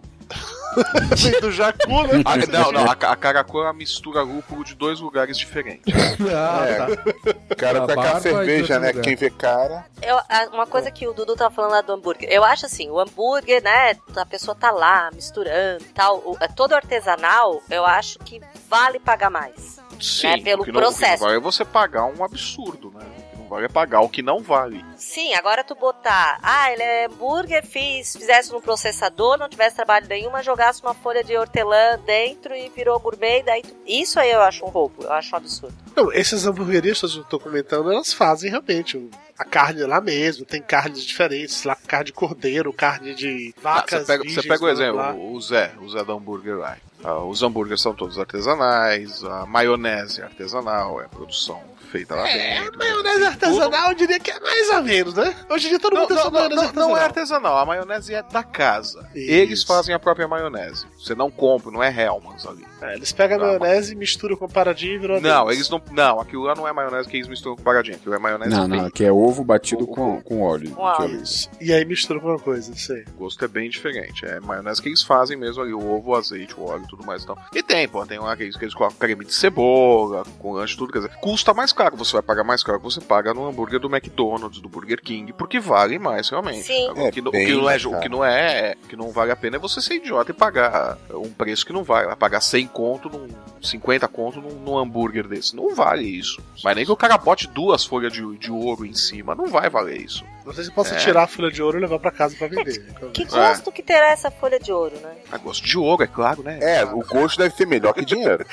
Speaker 1: Vem do Jacu, né?
Speaker 2: Ah, não, não, a, a Caracu é uma mistura lúpulo de dois lugares diferentes.
Speaker 6: Ah,
Speaker 4: É. Cara,
Speaker 2: Da
Speaker 4: tá com a
Speaker 2: barba e de
Speaker 4: cerveja,
Speaker 2: outro
Speaker 4: né?
Speaker 2: lugar.
Speaker 4: Quem vê cara.
Speaker 3: Eu- a- uma coisa que o Dudu tava falando lá do hambúrguer. Eu acho assim, o hambúrguer, né? A pessoa tá lá misturando e tal. O, é todo artesanal, eu acho que vale pagar mais.
Speaker 2: Sim,
Speaker 3: né, pelo
Speaker 2: o que não, O que
Speaker 3: processo.
Speaker 2: não vale é você pagar um absurdo, né? O que não vale é pagar o que não vale.
Speaker 3: Sim, agora tu botar, ah, ele é hambúrguer, fiz, fizesse no processador, não tivesse trabalho nenhuma, jogasse uma folha de hortelã dentro e virou gourmet, daí tu- isso aí eu acho um roubo, eu acho um absurdo.
Speaker 1: Não, essas hamburguerias que eu tô comentando, elas fazem realmente o- a carne lá mesmo, tem carnes diferentes, sei lá, carne de cordeiro, carne de
Speaker 2: Ah,
Speaker 1: vacas.
Speaker 2: você pega,
Speaker 1: virgens,
Speaker 2: você pega o
Speaker 1: blá,
Speaker 2: exemplo,
Speaker 1: blá.
Speaker 2: o Zé, o Zé do hambúrguer lá. Ah, os hambúrgueres são todos artesanais, a maionese é artesanal, é produção feita lá dentro.
Speaker 1: É, Maionese artesanal, eu diria que é mais ou menos, né? Hoje em dia todo
Speaker 2: Não,
Speaker 1: mundo tem
Speaker 2: não,
Speaker 1: essa
Speaker 2: não,
Speaker 1: maionese
Speaker 2: não,
Speaker 1: artesanal.
Speaker 2: não é artesanal, a maionese é da casa. Eles fazem a própria maionese. Você não compra, não é Hellmann's ali.
Speaker 1: Eles pegam a maionese, misturam com paradinha e viram
Speaker 2: Não, eles não. Não, aquilo lá não é maionese que eles misturam com paradinha, aquilo é maionese
Speaker 5: Não,
Speaker 2: feita.
Speaker 5: não, aqui é ovo batido com, com óleo. é
Speaker 1: Com óleo.
Speaker 5: de oliva.
Speaker 1: E aí misturam com uma coisa, isso aí.
Speaker 2: O gosto é bem diferente. É maionese que eles fazem mesmo ali, o ovo, o azeite, o óleo e tudo mais. Então. E tem, pô, tem lá aqueles que eles colocam creme de cebola, com lanche, tudo. Quer dizer, custa mais caro, você vai pagar mais caro que você paga no hambúrguer do McDonald's, do Burger King, porque vale mais realmente.
Speaker 3: Sim.
Speaker 2: Agora,
Speaker 3: É
Speaker 2: o, que, não- o
Speaker 3: bem
Speaker 2: que não é,
Speaker 3: mais
Speaker 2: ju- o
Speaker 3: caro.
Speaker 2: que não é, é- o que não vale a pena é você ser idiota e pagar um preço que não vale. Vai pagar 100 conto num. 50 conto num, num hambúrguer desse. Não vale isso. Mas nem que o cara bote duas folhas de, de ouro em cima. Não vai valer isso.
Speaker 1: Não sei se eu posso
Speaker 2: É.
Speaker 1: tirar a folha de ouro e levar pra casa pra vender. né?
Speaker 3: Que
Speaker 2: É.
Speaker 3: gosto que terá essa folha de ouro, né?
Speaker 2: É gosto de ouro, é claro, né?
Speaker 4: É, o gosto deve ser melhor que dinheiro.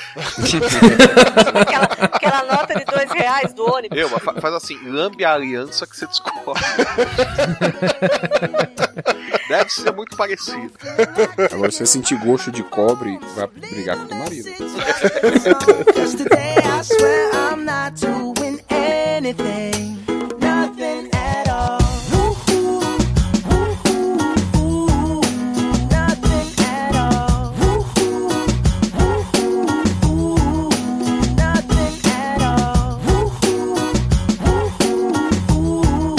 Speaker 3: Aquela nota de dois reais do ônibus.
Speaker 2: Eu, mas fa- faz assim, lambe a aliança que você descobre. Deve ser muito parecido.
Speaker 5: Agora, se você sentir gosto de cobre, vai brigar com teu marido.
Speaker 7: Cause today I swear I'm not doing anything, nothing at all. Woo-hoo, woo-hoo, ooh, nothing at all. Woo-hoo, woo-hoo, ooh, nothing at all. Woo-hoo, woo-hoo, ooh,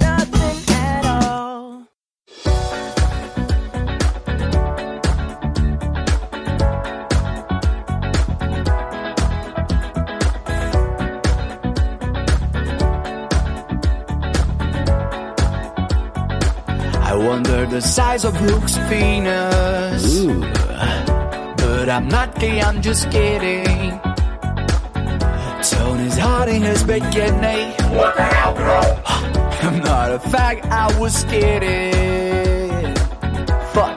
Speaker 7: nothing at all.
Speaker 11: I wonder the size of Brooks' penis. Ooh. But I'm not gay, I'm just kidding. Tony's hiding his bikini. What the hell, girl? I'm not a fag, I was kidding. Fuck.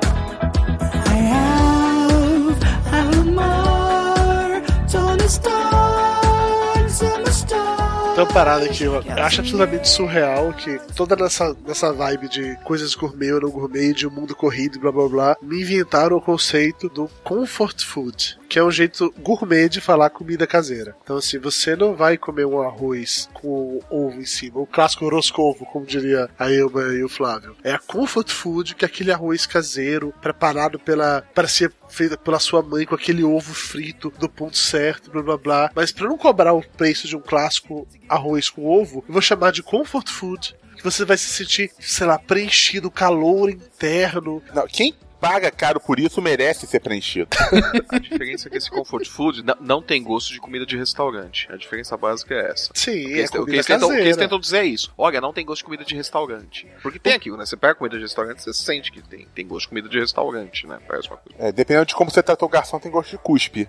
Speaker 11: I have, I have more. Tony Stars, I'm a star.
Speaker 1: Tem uma parada que eu acho absolutamente surreal que toda nessa, nessa vibe de coisas gourmet ou não gourmet, de um mundo corrido e blá blá blá, me inventaram o conceito do comfort food, que é um jeito gourmet de falar comida caseira. Então assim, você não vai comer um arroz com ovo em cima, o clássico roscovo, como diria a Elba e o Flávio. É a comfort food, que é aquele arroz caseiro preparado pela... para ser feita pela sua mãe com aquele ovo frito do ponto certo, blá blá blá. Mas para não cobrar o preço de um clássico arroz com ovo, eu vou chamar de comfort food, que você vai se sentir, sei lá, preenchido, calor interno.
Speaker 4: Não, quem paga caro por isso merece ser preenchido.
Speaker 2: A diferença é que esse comfort food n- não tem gosto de comida de restaurante. A diferença básica é essa.
Speaker 1: Sim,
Speaker 2: Porque
Speaker 1: é
Speaker 2: eles- o que
Speaker 1: comida
Speaker 2: eles, tentam, o que eles
Speaker 1: caseira.
Speaker 2: tentam dizer é isso. Olha, não tem gosto de comida de restaurante. Porque tem aquilo, né? Você pega comida de restaurante, você sente que tem, tem gosto de comida de restaurante, né? Parece uma coisa.
Speaker 4: É, dependendo de como você tratou o garçom, tem gosto de cuspe.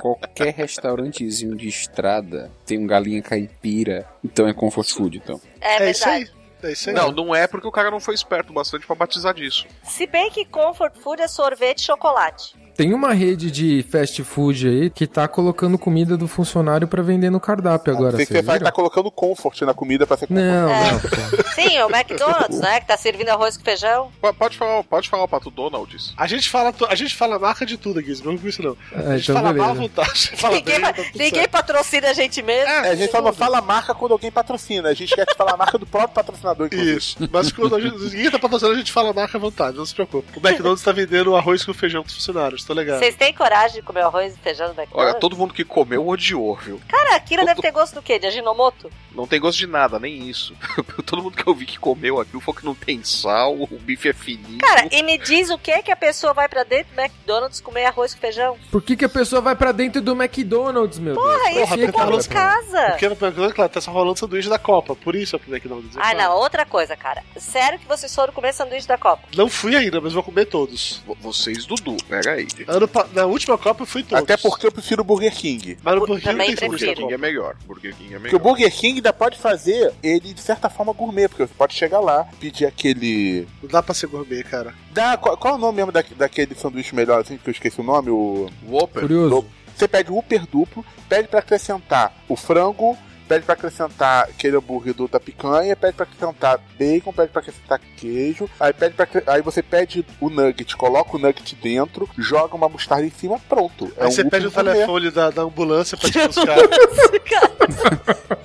Speaker 5: Qualquer restaurantezinho de estrada tem um galinha caipira. Então é comfort food, então.
Speaker 3: É,
Speaker 1: isso
Speaker 3: verdade.
Speaker 1: É isso aí.
Speaker 2: Não, não é porque o cara não foi esperto o bastante pra batizar disso.
Speaker 3: Se bem que comfort food é sorvete e chocolate.
Speaker 6: Tem uma rede de fast food aí que tá colocando comida do funcionário pra vender no cardápio
Speaker 1: Ah,
Speaker 6: agora.
Speaker 4: Você, você
Speaker 6: vocês
Speaker 4: vai estar
Speaker 6: viram?
Speaker 4: colocando comfort na comida pra ser comfort.
Speaker 6: Não, não.
Speaker 3: Sim, é o McDonald's, né? Que tá servindo arroz com feijão.
Speaker 2: P- Pode falar, pode falar pra tu, Donald's.
Speaker 1: A gente fala, to- a gente fala marca de tudo aqui, não com isso não.
Speaker 6: É,
Speaker 1: a gente
Speaker 6: então
Speaker 1: fala
Speaker 6: beleza.
Speaker 1: mal à vontade, fala
Speaker 3: Ninguém,
Speaker 1: bem, tá
Speaker 3: pa-
Speaker 1: tudo
Speaker 3: ninguém
Speaker 1: certo.
Speaker 3: patrocina a gente mesmo.
Speaker 4: É, a gente só não fala marca quando alguém patrocina. A gente quer te falar a marca do próprio patrocinador, inclusive.
Speaker 1: Isso. Mas quando a gente, ninguém tá patrocinando, a gente fala marca à vontade, não se preocupe. O McDonald's tá vendendo arroz com feijão pros funcionários, tô legal.
Speaker 3: Vocês têm coragem de comer arroz e feijão no McDonald's?
Speaker 2: Olha, todo mundo que comeu um odiou, viu?
Speaker 3: Cara, aquilo deve ter gosto do quê? De aginomoto?
Speaker 2: Não tem gosto de nada, nem isso. Todo mundo que eu vi que comeu aquilo falou que não tem sal, o bife é fininho.
Speaker 3: Cara, e me diz o que que a pessoa vai pra dentro do McDonald's comer arroz com feijão?
Speaker 6: Por que, que a pessoa vai pra dentro do McDonald's, meu
Speaker 3: Porra,
Speaker 6: Deus?
Speaker 3: isso
Speaker 6: Por que
Speaker 3: é
Speaker 6: que
Speaker 3: como
Speaker 6: ela vai
Speaker 3: em
Speaker 1: né?
Speaker 6: pra lá?
Speaker 3: casa.
Speaker 1: Porque no McDonald's, claro, tá só rolando sanduíche da Copa, por isso é pro McDonald's.
Speaker 3: Ah,
Speaker 1: claro.
Speaker 3: não, outra coisa, cara. Sério que vocês foram comer sanduíche da Copa?
Speaker 1: Não fui ainda, mas vou comer todos.
Speaker 2: Vo- Vocês, Dudu, pega aí.
Speaker 1: Ano pa- na última Copa eu fui todos.
Speaker 4: Até porque eu prefiro o Burger King.
Speaker 1: Mas no Burger
Speaker 3: também
Speaker 1: King tem
Speaker 3: prefiro.
Speaker 1: sanduíche da
Speaker 2: Burger King é
Speaker 1: Copa.
Speaker 2: melhor. Burger King é
Speaker 4: Porque o
Speaker 2: melhor.
Speaker 4: Burger King ainda pode fazer ele, de certa forma, gourmet. Porque você pode chegar lá, pedir aquele...
Speaker 1: Não dá pra ser gourmet, cara.
Speaker 4: Da, qual, qual é o nome mesmo da, daquele sanduíche melhor, assim, que eu esqueci o nome? O...
Speaker 2: Whopper.
Speaker 6: Curioso.
Speaker 4: Você pede o Uper duplo, pede pra acrescentar o frango, pede pra acrescentar aquele hambúrguer do, da picanha, pede pra acrescentar bacon, pede pra acrescentar queijo, aí pede pra, acre- aí você pede o nugget, coloca o nugget dentro, joga uma mostarda em cima, pronto. É
Speaker 1: Aí
Speaker 4: um
Speaker 1: você
Speaker 4: Whopper
Speaker 1: pede o
Speaker 4: gourmet.
Speaker 1: telefone da, da ambulância pra te buscar.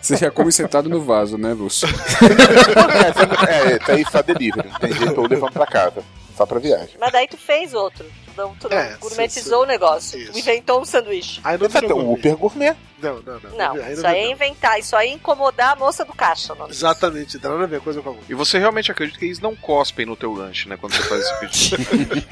Speaker 5: Você já come sentado no vaso, né, Lúcio?
Speaker 4: É, você não- É, é, tá aí só delivery, tem jeito, ou levando pra casa, só pra viagem.
Speaker 3: Mas daí tu fez outro. Não, tu não
Speaker 1: É,
Speaker 3: gourmetizou o negócio. Tu
Speaker 1: Isso.
Speaker 3: Inventou um sanduíche.
Speaker 1: Aí não
Speaker 4: Você
Speaker 1: virou
Speaker 4: tem um
Speaker 1: gourmet.
Speaker 4: Uber gourmet.
Speaker 1: Não, não, não.
Speaker 3: Não,
Speaker 1: aí
Speaker 3: isso aí é
Speaker 1: virou.
Speaker 3: inventar. Isso aí é incomodar a moça do caixa. Não. é?
Speaker 1: Exatamente, não tem nada a ver coisa com a outra.
Speaker 2: E você realmente acredita que eles não cospem no teu lanche, né? Quando você faz esse pedido.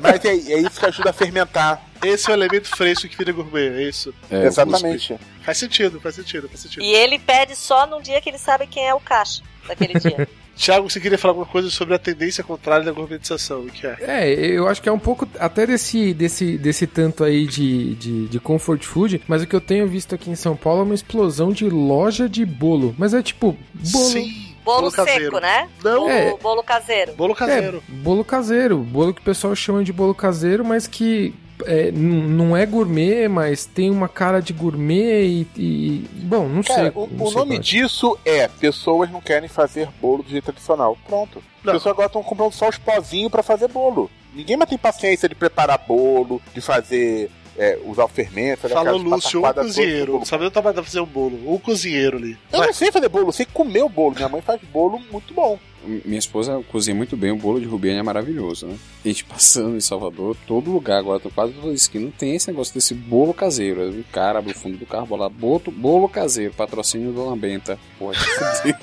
Speaker 4: Mas é, é isso que ajuda a fermentar.
Speaker 1: Esse é o elemento fresco que vira gourmet, é isso.
Speaker 5: É,
Speaker 4: Exatamente.
Speaker 1: Faz sentido, faz sentido, faz sentido.
Speaker 3: E ele pede só num dia que ele sabe quem é o caixa daquele dia.
Speaker 1: Tiago, você queria falar alguma coisa sobre a tendência contrária da gourmetização, o que é?
Speaker 6: É, eu acho que é um pouco até desse, desse, desse tanto aí de, de, de comfort food, mas o que eu tenho visto aqui em São Paulo é uma explosão de loja de bolo. Mas é tipo, bolo.
Speaker 1: Sim,
Speaker 3: Bolo,
Speaker 1: Bolo caseiro.
Speaker 3: seco, né?
Speaker 1: Não.
Speaker 3: Bolo,
Speaker 6: É.
Speaker 3: bolo caseiro.
Speaker 1: bolo
Speaker 6: É,
Speaker 1: caseiro.
Speaker 6: bolo caseiro. Bolo que o pessoal chama de bolo caseiro, mas que é, n- não é gourmet, mas tem uma cara de gourmet e. e- bom, não
Speaker 4: Cara,
Speaker 6: sei.
Speaker 4: o,
Speaker 6: não
Speaker 4: o
Speaker 6: sei
Speaker 4: nome
Speaker 6: qual é.
Speaker 4: disso é pessoas não querem fazer bolo do jeito tradicional. Pronto.
Speaker 1: Não.
Speaker 4: As pessoas agora estão comprando só os pozinhos pra fazer bolo. Ninguém mais tem paciência de preparar bolo, de fazer. é, usar o fermento, fazer
Speaker 1: Falou
Speaker 4: aquelas
Speaker 1: Lúcio, um
Speaker 4: pataquadas todas pro
Speaker 1: cozinheiro.
Speaker 4: bolo.
Speaker 1: Não sabia o trabalho pra fazer um bolo. Um cozinheiro ali.
Speaker 4: Eu não sei fazer bolo, eu sei comer o bolo. Minha mãe faz bolo muito bom.
Speaker 5: Minha esposa cozinha muito bem, o bolo de Rubiane é maravilhoso, né? A gente passando em Salvador, todo lugar agora, tô quase toda esquina, tem esse negócio desse bolo caseiro. Aí O cara abre o fundo do carro, bola lá, boto, bolo caseiro, patrocínio do Lambenta. Porra, que fudido.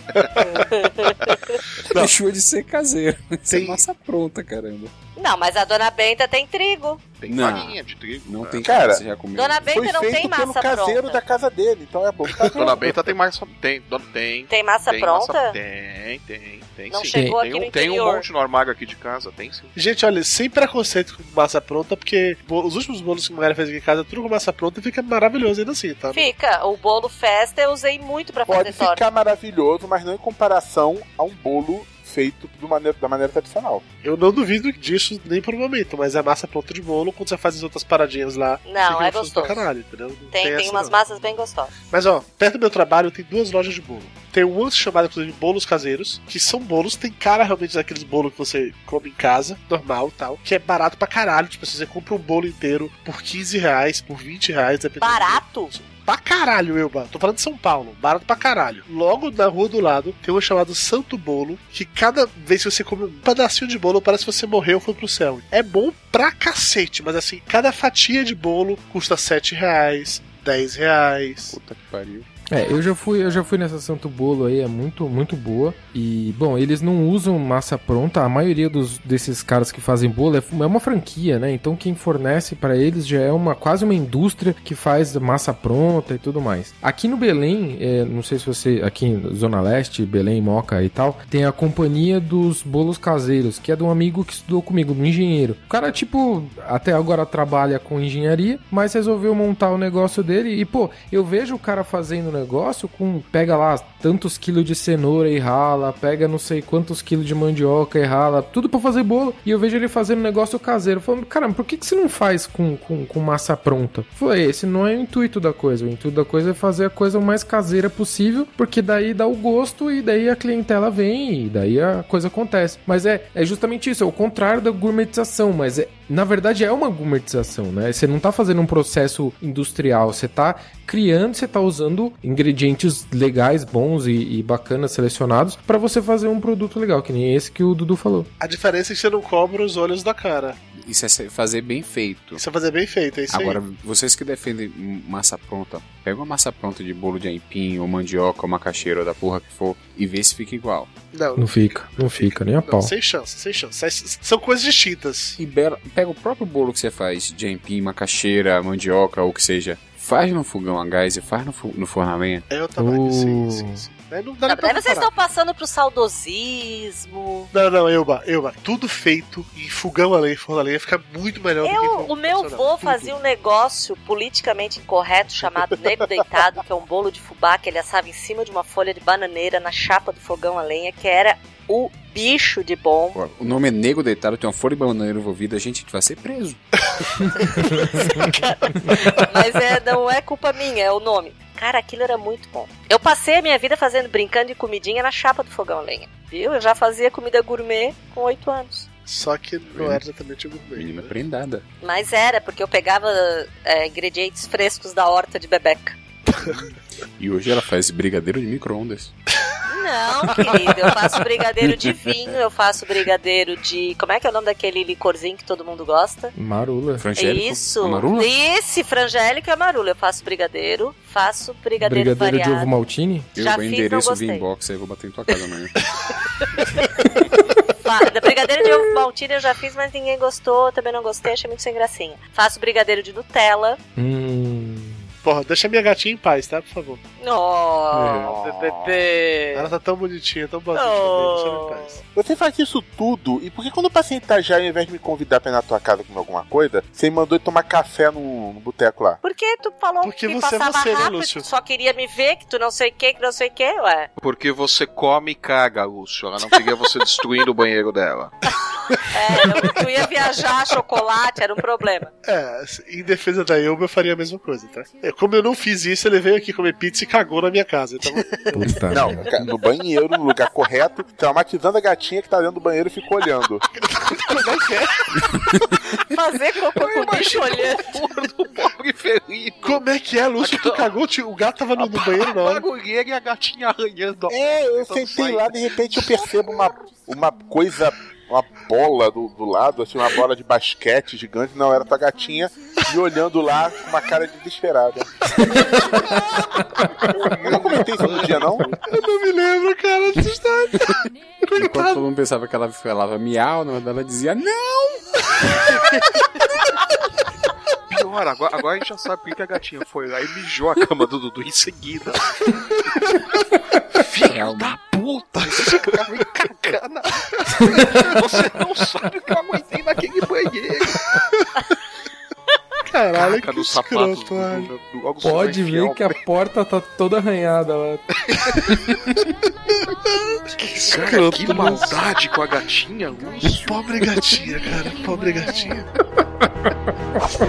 Speaker 5: Deixou de ser caseiro. Isso é
Speaker 1: Tem-
Speaker 5: massa pronta, caramba.
Speaker 3: Não, mas a dona Benta tem trigo.
Speaker 2: Tem
Speaker 5: Não.
Speaker 2: farinha de trigo.
Speaker 5: Não tem
Speaker 4: Cara,
Speaker 5: você já comeu.
Speaker 3: Dona
Speaker 4: Foi
Speaker 3: Benta não
Speaker 4: feito
Speaker 3: tem
Speaker 4: pelo
Speaker 3: massa
Speaker 4: caseiro
Speaker 3: pronta.
Speaker 4: da casa dele, então é bom.
Speaker 2: Dona Benta tem mais. Tem, dona, tem.
Speaker 3: Tem massa
Speaker 2: tem
Speaker 3: pronta?
Speaker 2: massa- tem, tem, tem. Tem
Speaker 3: Não
Speaker 2: sim.
Speaker 3: chegou
Speaker 2: tem,
Speaker 3: aqui
Speaker 2: um,
Speaker 3: no
Speaker 2: tem um
Speaker 3: interior.
Speaker 2: monte no armário aqui de casa, tem sim.
Speaker 1: Gente, olha, sem preconceito com massa pronta, porque bo- os últimos bolos que a mulher fez aqui em casa, tudo com massa pronta e fica maravilhoso ainda assim, tá?
Speaker 3: Fica, o bolo festa eu usei muito pra
Speaker 4: Pode
Speaker 3: fazer torta.
Speaker 4: ficar maravilhoso, mas não em comparação a um bolo feito do maneira- da maneira tradicional.
Speaker 1: Eu não duvido disso nem por um momento, mas a massa pronta de bolo, quando você faz as outras paradinhas lá,
Speaker 3: Não,
Speaker 1: fica
Speaker 3: é
Speaker 1: gostoso
Speaker 3: gostoso.
Speaker 1: pra caralho, entendeu? Não
Speaker 3: Tem, tem
Speaker 1: essa,
Speaker 3: umas
Speaker 1: não.
Speaker 3: massas bem gostosas.
Speaker 1: Mas ó, perto do meu trabalho tem duas lojas de bolo. Tem uma chamada, inclusive, Bolos Caseiros, que são bolos, tem cara realmente daqueles bolos que você come em casa, normal e tal, que é barato pra caralho. Tipo assim, você compra um bolo inteiro por 15 reais, por 20 reais,
Speaker 4: um
Speaker 1: dependendo.
Speaker 3: Barato?
Speaker 1: Pra caralho, Elba. Tô falando de São Paulo. Barato pra caralho. Logo na rua do lado tem uma chamada Santo Bolo, que cada vez que você come um pedacinho de bolo, parece que você morreu e foi pro céu. É bom pra cacete, mas assim, cada fatia de bolo custa 7 reais, 10 reais.
Speaker 5: Puta que pariu.
Speaker 6: É, eu já fui, eu já fui nessa Santo Bolo aí, é muito, muito boa. E, bom, eles não usam massa pronta. A maioria dos, desses caras que fazem bolo é, f- é uma franquia, né? Então quem fornece pra eles já é uma quase uma indústria que faz massa pronta e tudo mais. Aqui no Belém, é, não sei se você aqui na Zona Leste, Belém, Moca e tal, tem a companhia dos bolos caseiros, que é de um amigo que estudou comigo, um engenheiro. O cara tipo até agora trabalha com engenharia, mas resolveu montar o negócio dele e pô, eu vejo o cara fazendo o negócio com pega lá tantos quilos de cenoura e rala, pega não sei quantos quilos de mandioca e rala, tudo pra fazer bolo. E eu vejo ele fazendo negócio caseiro, falando, cara, por que, que você não faz com, com, com massa pronta? Foi, esse não é o intuito da coisa. O intuito da coisa é fazer a coisa o mais caseira possível, porque daí dá o gosto e daí a clientela vem e daí a coisa acontece. Mas é, é justamente isso, é o contrário da gourmetização, mas é, na verdade é uma gourmetização, né? Você não tá fazendo um processo industrial, você tá criando, você tá usando ingredientes legais, bons e, e bacanas selecionados pra você fazer um produto legal, que nem esse que o Dudu falou.
Speaker 1: A diferença é que você não cobra os olhos da cara.
Speaker 5: Isso é se- fazer bem feito.
Speaker 1: Isso é fazer bem feito, é isso
Speaker 5: Agora,
Speaker 1: aí.
Speaker 5: vocês que defendem massa pronta, pega uma massa pronta de bolo de aipim, ou mandioca, ou macaxeira, ou da porra que for, e vê se fica igual.
Speaker 1: Não,
Speaker 6: Não fica, não fica, nem a
Speaker 1: não,
Speaker 6: pau.
Speaker 1: sem chance, sem chance. S- São coisas distintas.
Speaker 5: E bela- pega o próprio bolo que você faz, de aipim, macaxeira, mandioca, ou o que seja, faz no fogão a gás e faz no, fu- no forno a lenha.
Speaker 1: É, eu Aí É, não dá nem pra
Speaker 3: Aí vocês
Speaker 1: comparar.
Speaker 3: estão passando pro saudosismo.
Speaker 1: Não, não, Elba, Elba, tudo feito em fogão a lenha, forno a lenha, fica muito melhor do que
Speaker 3: Eu,
Speaker 1: forno
Speaker 3: o meu
Speaker 1: tradicional.
Speaker 3: avô
Speaker 1: Tudo.
Speaker 3: fazia um negócio politicamente incorreto chamado nego deitado, que é um bolo de fubá que ele assava em cima de uma folha de bananeira na chapa do fogão a lenha, que era o bicho de bom.
Speaker 5: Pô, O nome é nego deitado, tem uma folha de bananeira envolvida, a gente vai ser preso.
Speaker 3: Mas é, não é culpa minha, é o nome. Cara, aquilo era muito bom. Eu passei a minha vida fazendo, brincando de comidinha na chapa do fogão a lenha. Viu? Eu já fazia comida gourmet com oito anos.
Speaker 1: Só que não era exatamente o gourmet.
Speaker 5: Menina prendada.
Speaker 3: Mas era, porque eu pegava é, ingredientes frescos da horta de Bebeca.
Speaker 5: E hoje ela faz brigadeiro de micro-ondas.
Speaker 3: Não, querido, eu faço brigadeiro de vinho, eu faço brigadeiro de. Como é que é o nome daquele licorzinho que todo mundo gosta?
Speaker 6: Marula.
Speaker 3: É Isso.
Speaker 5: A marula?
Speaker 3: Esse frangélico é marula. Eu faço brigadeiro, faço brigadeiro,
Speaker 6: Brigadeiro de
Speaker 3: variado.
Speaker 6: ovo maltine?
Speaker 5: Eu
Speaker 3: Já
Speaker 5: bem
Speaker 3: fiz,
Speaker 5: endereço
Speaker 3: não
Speaker 5: o
Speaker 3: gostei.
Speaker 5: inbox aí, vou bater em tua casa amanhã.
Speaker 3: Fa- da brigadeiro de ovo maltine eu já fiz, mas ninguém gostou, também não gostei, achei muito sem gracinha. Faço brigadeiro de Nutella.
Speaker 6: Hum,
Speaker 1: Porra, deixa minha gatinha em paz, tá? Por favor.
Speaker 3: Oh, bebê.
Speaker 1: Ela tá tão bonitinha, tão boazinha também, deixa ela em paz.
Speaker 4: Você faz isso tudo, e por que quando eu passei em Itajaí, ao invés de me convidar pra ir na tua casa comer alguma coisa, você me mandou ir tomar café no, no boteco lá?
Speaker 3: Por que tu falou
Speaker 1: Porque
Speaker 3: que
Speaker 1: você é
Speaker 3: passava
Speaker 1: você, né,
Speaker 3: rápido,
Speaker 1: Lúcio?
Speaker 3: só queria me ver, que tu não sei o que, que não sei o que, ué.
Speaker 2: Porque você come e caga, Lúcio. Ela não queria você destruindo o banheiro dela.
Speaker 3: Tu É, ia viajar, chocolate, era um problema.
Speaker 1: É, em defesa da Elba, eu faria a mesma coisa, tá? É, Como eu não fiz isso, ele veio aqui comer pizza e cagou na minha casa. Então,
Speaker 6: Puta
Speaker 4: não, ca- no banheiro, no lugar correto, traumatizando a gatinha que tá dentro do banheiro e ficou olhando.
Speaker 1: Como é que é?
Speaker 3: Fazer cocô com o bicho olhando.
Speaker 2: Pobre feliz.
Speaker 1: Como é que é, Lúcio? Tu cagou? tio? O gato tava no, no banheiro na hora.
Speaker 2: Bagulheira e a gatinha arranhando.
Speaker 4: É, eu sentei lá, de repente eu percebo uma, uma coisa, uma bola do, do lado, assim, uma bola de basquete gigante, não, era tua gatinha, me olhando lá com uma cara de desesperada. Eu não comentei isso no dia, não?
Speaker 1: Eu não me lembro, cara, dessa história.
Speaker 5: Enquanto todo mundo pensava que ela falava miau, na verdade ela dizia não!
Speaker 2: Pior, agora, agora a gente já sabe por que é a gatinha foi lá e mijou a cama do Dudu em seguida. Filho da puta! puta, isso cara me cagando. Você não sabe o que eu aguentei naquele banheiro.
Speaker 1: Caralho,
Speaker 2: Caca
Speaker 1: que
Speaker 2: nos sapatos
Speaker 1: escroto, mano.
Speaker 2: do- do- logo
Speaker 6: Pode
Speaker 2: sobre
Speaker 6: ver
Speaker 2: fiel.
Speaker 6: que a porta tá toda arranhada lá.
Speaker 2: Cara, que maldade com a gatinha, Lúcio.
Speaker 1: Pobre gatinha, cara. Pobre gatinha.
Speaker 7: Fuck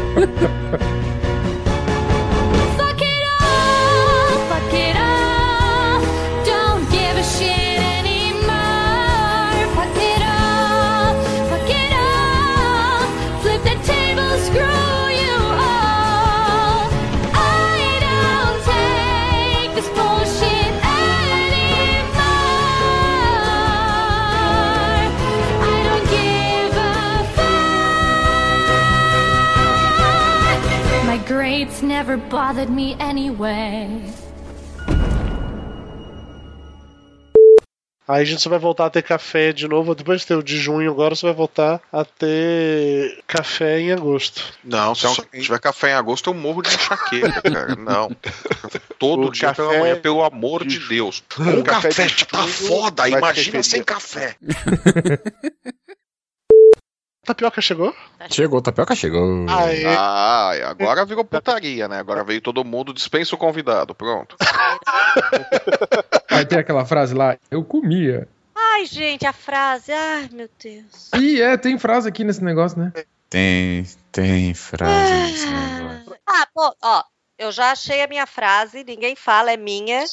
Speaker 7: it all, fuck it all. Don't give a shit anymore. Fuck it all, fuck it all. Flip the table, screw you all. I don't take this bullshit anymore. I don't give a My grades never bothered me anyway.
Speaker 1: Aí a gente só vai voltar a ter café de novo, depois de ter o de junho, agora você vai voltar a ter café em agosto.
Speaker 2: Não, se eu tiver café em agosto, eu morro de enxaqueca, cara. Não. Todo
Speaker 1: O
Speaker 2: dia pela
Speaker 1: café
Speaker 2: manhã, pelo amor de Deus.
Speaker 1: o
Speaker 2: O
Speaker 1: café
Speaker 2: café,
Speaker 1: de
Speaker 2: tipo, tá
Speaker 1: chuva
Speaker 2: foda,
Speaker 1: vai te
Speaker 2: imagina
Speaker 1: referir.
Speaker 2: sem café.
Speaker 1: Tapioca chegou? é.
Speaker 12: Chegou, tapioca
Speaker 6: Hum.
Speaker 12: chegou.
Speaker 1: Aê.
Speaker 2: Ah, agora virou putaria, né? Agora veio todo mundo, dispensa o convidado, pronto.
Speaker 6: Vai ter aquela frase lá, eu comia.
Speaker 3: Ai, gente, a frase. Ai, meu Deus.
Speaker 6: E é, tem frase aqui nesse negócio, né?
Speaker 12: Tem, tem frase.
Speaker 3: Ah, pô, ó. Eu já achei a minha frase, ninguém fala, é minha.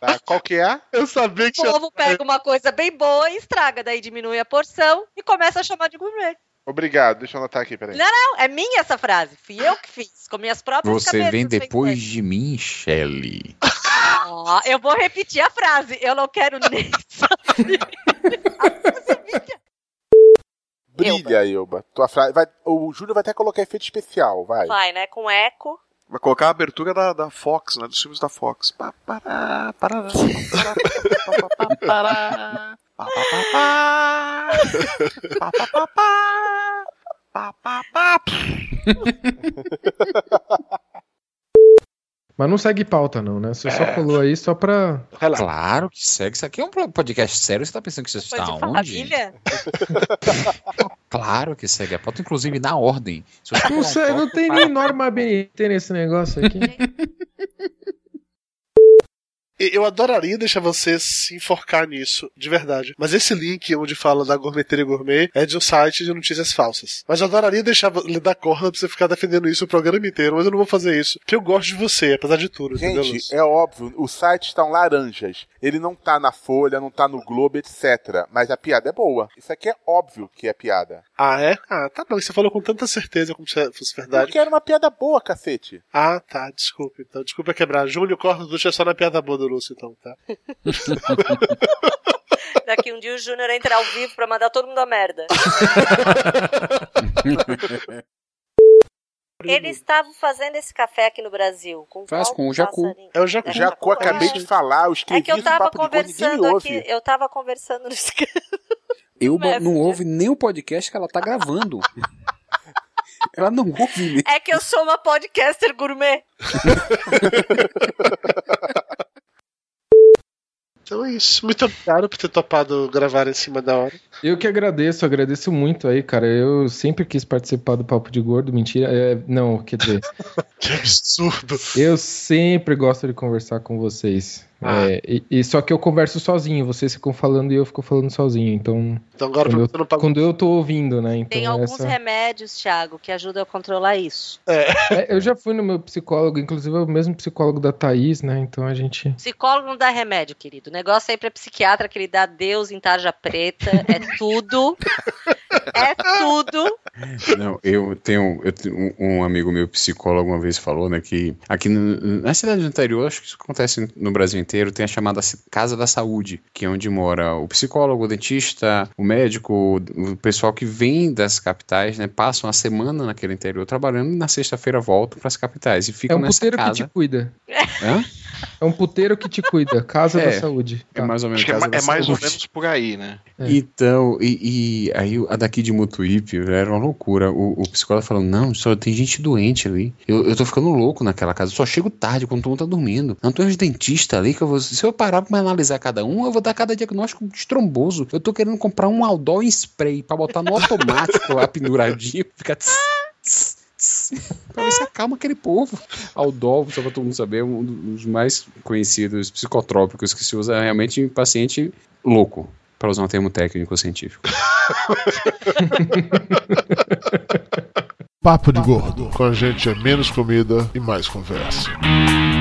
Speaker 4: Tá,
Speaker 2: qual que é?
Speaker 1: Eu sabia
Speaker 3: O povo pega uma coisa bem boa e estraga, daí diminui a porção e começa a chamar de gourmet.
Speaker 4: Obrigado, deixa eu anotar aqui,
Speaker 3: Não,
Speaker 4: peraí.
Speaker 3: não, é minha essa frase. Fui eu que fiz, com minhas próprias
Speaker 12: Você
Speaker 3: cabeças.
Speaker 12: vem
Speaker 3: fez
Speaker 12: depois de mim, Shelley.
Speaker 3: Ó, eu vou repetir a frase. Eu não quero nem saber.
Speaker 4: Brilha, Elba. Tua frase. Vai... O Júlio vai até colocar efeito especial, vai.
Speaker 3: Vai, né? Com eco.
Speaker 2: Vai colocar a abertura da, da Fox, né? Dos filmes da Fox. Pá, pará, pará, pará, pará, pá, pá, pá, pá, pá, pá, pá, pá, pá, pá,
Speaker 6: Mas não segue pauta, não, né? Você só colou aí só pra.
Speaker 12: Claro que segue. Isso aqui é um podcast sério. Você tá pensando que você está onde?
Speaker 3: Família?
Speaker 12: Claro que segue a pauta, inclusive na ordem. Se você
Speaker 6: Não, sei, não tem nem norma BNT nesse negócio aqui.
Speaker 1: E- Eu adoraria deixar você se enforcar nisso, de verdade. Mas esse link onde fala da gourmeteria gourmet é de um site de notícias falsas. Mas eu adoraria deixar vo- lhe dar corda pra você ficar defendendo isso o programa inteiro, mas eu não vou fazer isso. Porque eu gosto de você, apesar de tudo, entendeu? Luz?
Speaker 4: Gente, é óbvio, o site está em laranjas. Ele não tá na Folha, não tá no Globo, etc. Mas a piada é boa. Isso aqui é óbvio que é piada.
Speaker 1: Ah, é? Ah, tá bom. Você falou com tanta certeza como se fosse
Speaker 4: Eu
Speaker 1: verdade.
Speaker 4: quero uma piada boa, cacete.
Speaker 1: Ah, tá. Desculpa, então. Desculpa quebrar. Júlio, corta deixa só na piada boa do Lúcio, então, tá?
Speaker 3: Daqui um dia o Júnior entra ao vivo pra mandar todo mundo a merda. Eles estavam fazendo esse café aqui no Brasil. Com
Speaker 4: Faz
Speaker 3: qual
Speaker 4: com o Jacu.
Speaker 3: passarinho?
Speaker 1: É o
Speaker 4: Jacu. Jacu, acabei de falar, eu escrevi
Speaker 3: É que eu
Speaker 4: no
Speaker 3: tava
Speaker 4: papo de Gordo, ninguém
Speaker 3: conversando
Speaker 4: me
Speaker 3: aqui,
Speaker 4: ouve.
Speaker 3: eu tava conversando no Skype.
Speaker 5: Eu bo- não ouve nem o podcast que ela tá gravando. ela não ouve.
Speaker 3: É que eu sou uma podcaster gourmet.
Speaker 1: Então é isso. Muito obrigado por ter topado gravar em cima da hora.
Speaker 6: Eu que agradeço, agradeço muito aí, cara. Eu sempre quis participar do Papo de Gordo, mentira. É, não, quer dizer.
Speaker 1: que absurdo.
Speaker 6: Eu sempre gosto de conversar com vocês. É, e, e só que eu converso sozinho, vocês ficam falando e eu fico falando sozinho. Então,
Speaker 1: Então agora
Speaker 6: quando,
Speaker 1: você
Speaker 6: eu,
Speaker 1: não pagou-
Speaker 6: quando eu tô ouvindo, né? Então
Speaker 3: Tem alguns
Speaker 6: essa...
Speaker 3: remédios, Thiago, que ajudam a controlar isso.
Speaker 6: É, eu já fui no meu psicólogo, inclusive é o mesmo psicólogo da Thaís, né? Então a gente.
Speaker 3: Psicólogo não dá remédio, querido. O negócio aí pra psiquiatra que ele dá Deus em tarja preta. É tudo. é tudo.
Speaker 12: Não, eu tenho, eu tenho um- um amigo meu psicólogo uma vez falou, né, que aqui no- na cidade do interior, acho que isso acontece no Brasil inteiro, tem a chamada ci- Casa da Saúde, que é onde mora o psicólogo, o dentista, o médico, o pessoal que vem das capitais, né, passam a semana naquele interior trabalhando e na sexta-feira voltam para as capitais e
Speaker 6: É
Speaker 12: ficam
Speaker 6: um
Speaker 12: nessa
Speaker 6: puteiro que
Speaker 12: casa.
Speaker 6: te cuida.
Speaker 12: Hã?
Speaker 6: É um puteiro que te cuida, casa
Speaker 5: É.
Speaker 6: da saúde. tá?
Speaker 5: É mais ou menos
Speaker 13: Acho que é,
Speaker 5: casa
Speaker 13: ma-
Speaker 5: da
Speaker 13: é mais ou
Speaker 5: saúde.
Speaker 13: menos por aí, né?
Speaker 5: Então, e, e aí a daqui de Mutuípe era uma loucura. O, o psicólogo falando, não, só tem gente doente ali. Eu, eu tô ficando louco naquela casa. Eu só chego tarde quando todo mundo tá dormindo. Não tem uns dentistas ali que eu vou. Se eu parar pra analisar cada um, eu vou dar cada diagnóstico destromboso. Eu tô querendo comprar um Aldol em spray pra botar no automático lá penduradinho. Fica. Tss, tss, tss, pra ver se acalma aquele povo. Aldol, só pra todo mundo saber, é um dos mais conhecidos psicotrópicos que se usa É realmente em paciente louco. Para usar um termo técnico científico.
Speaker 1: Papo de Gordo. Com a gente é menos comida e mais conversa.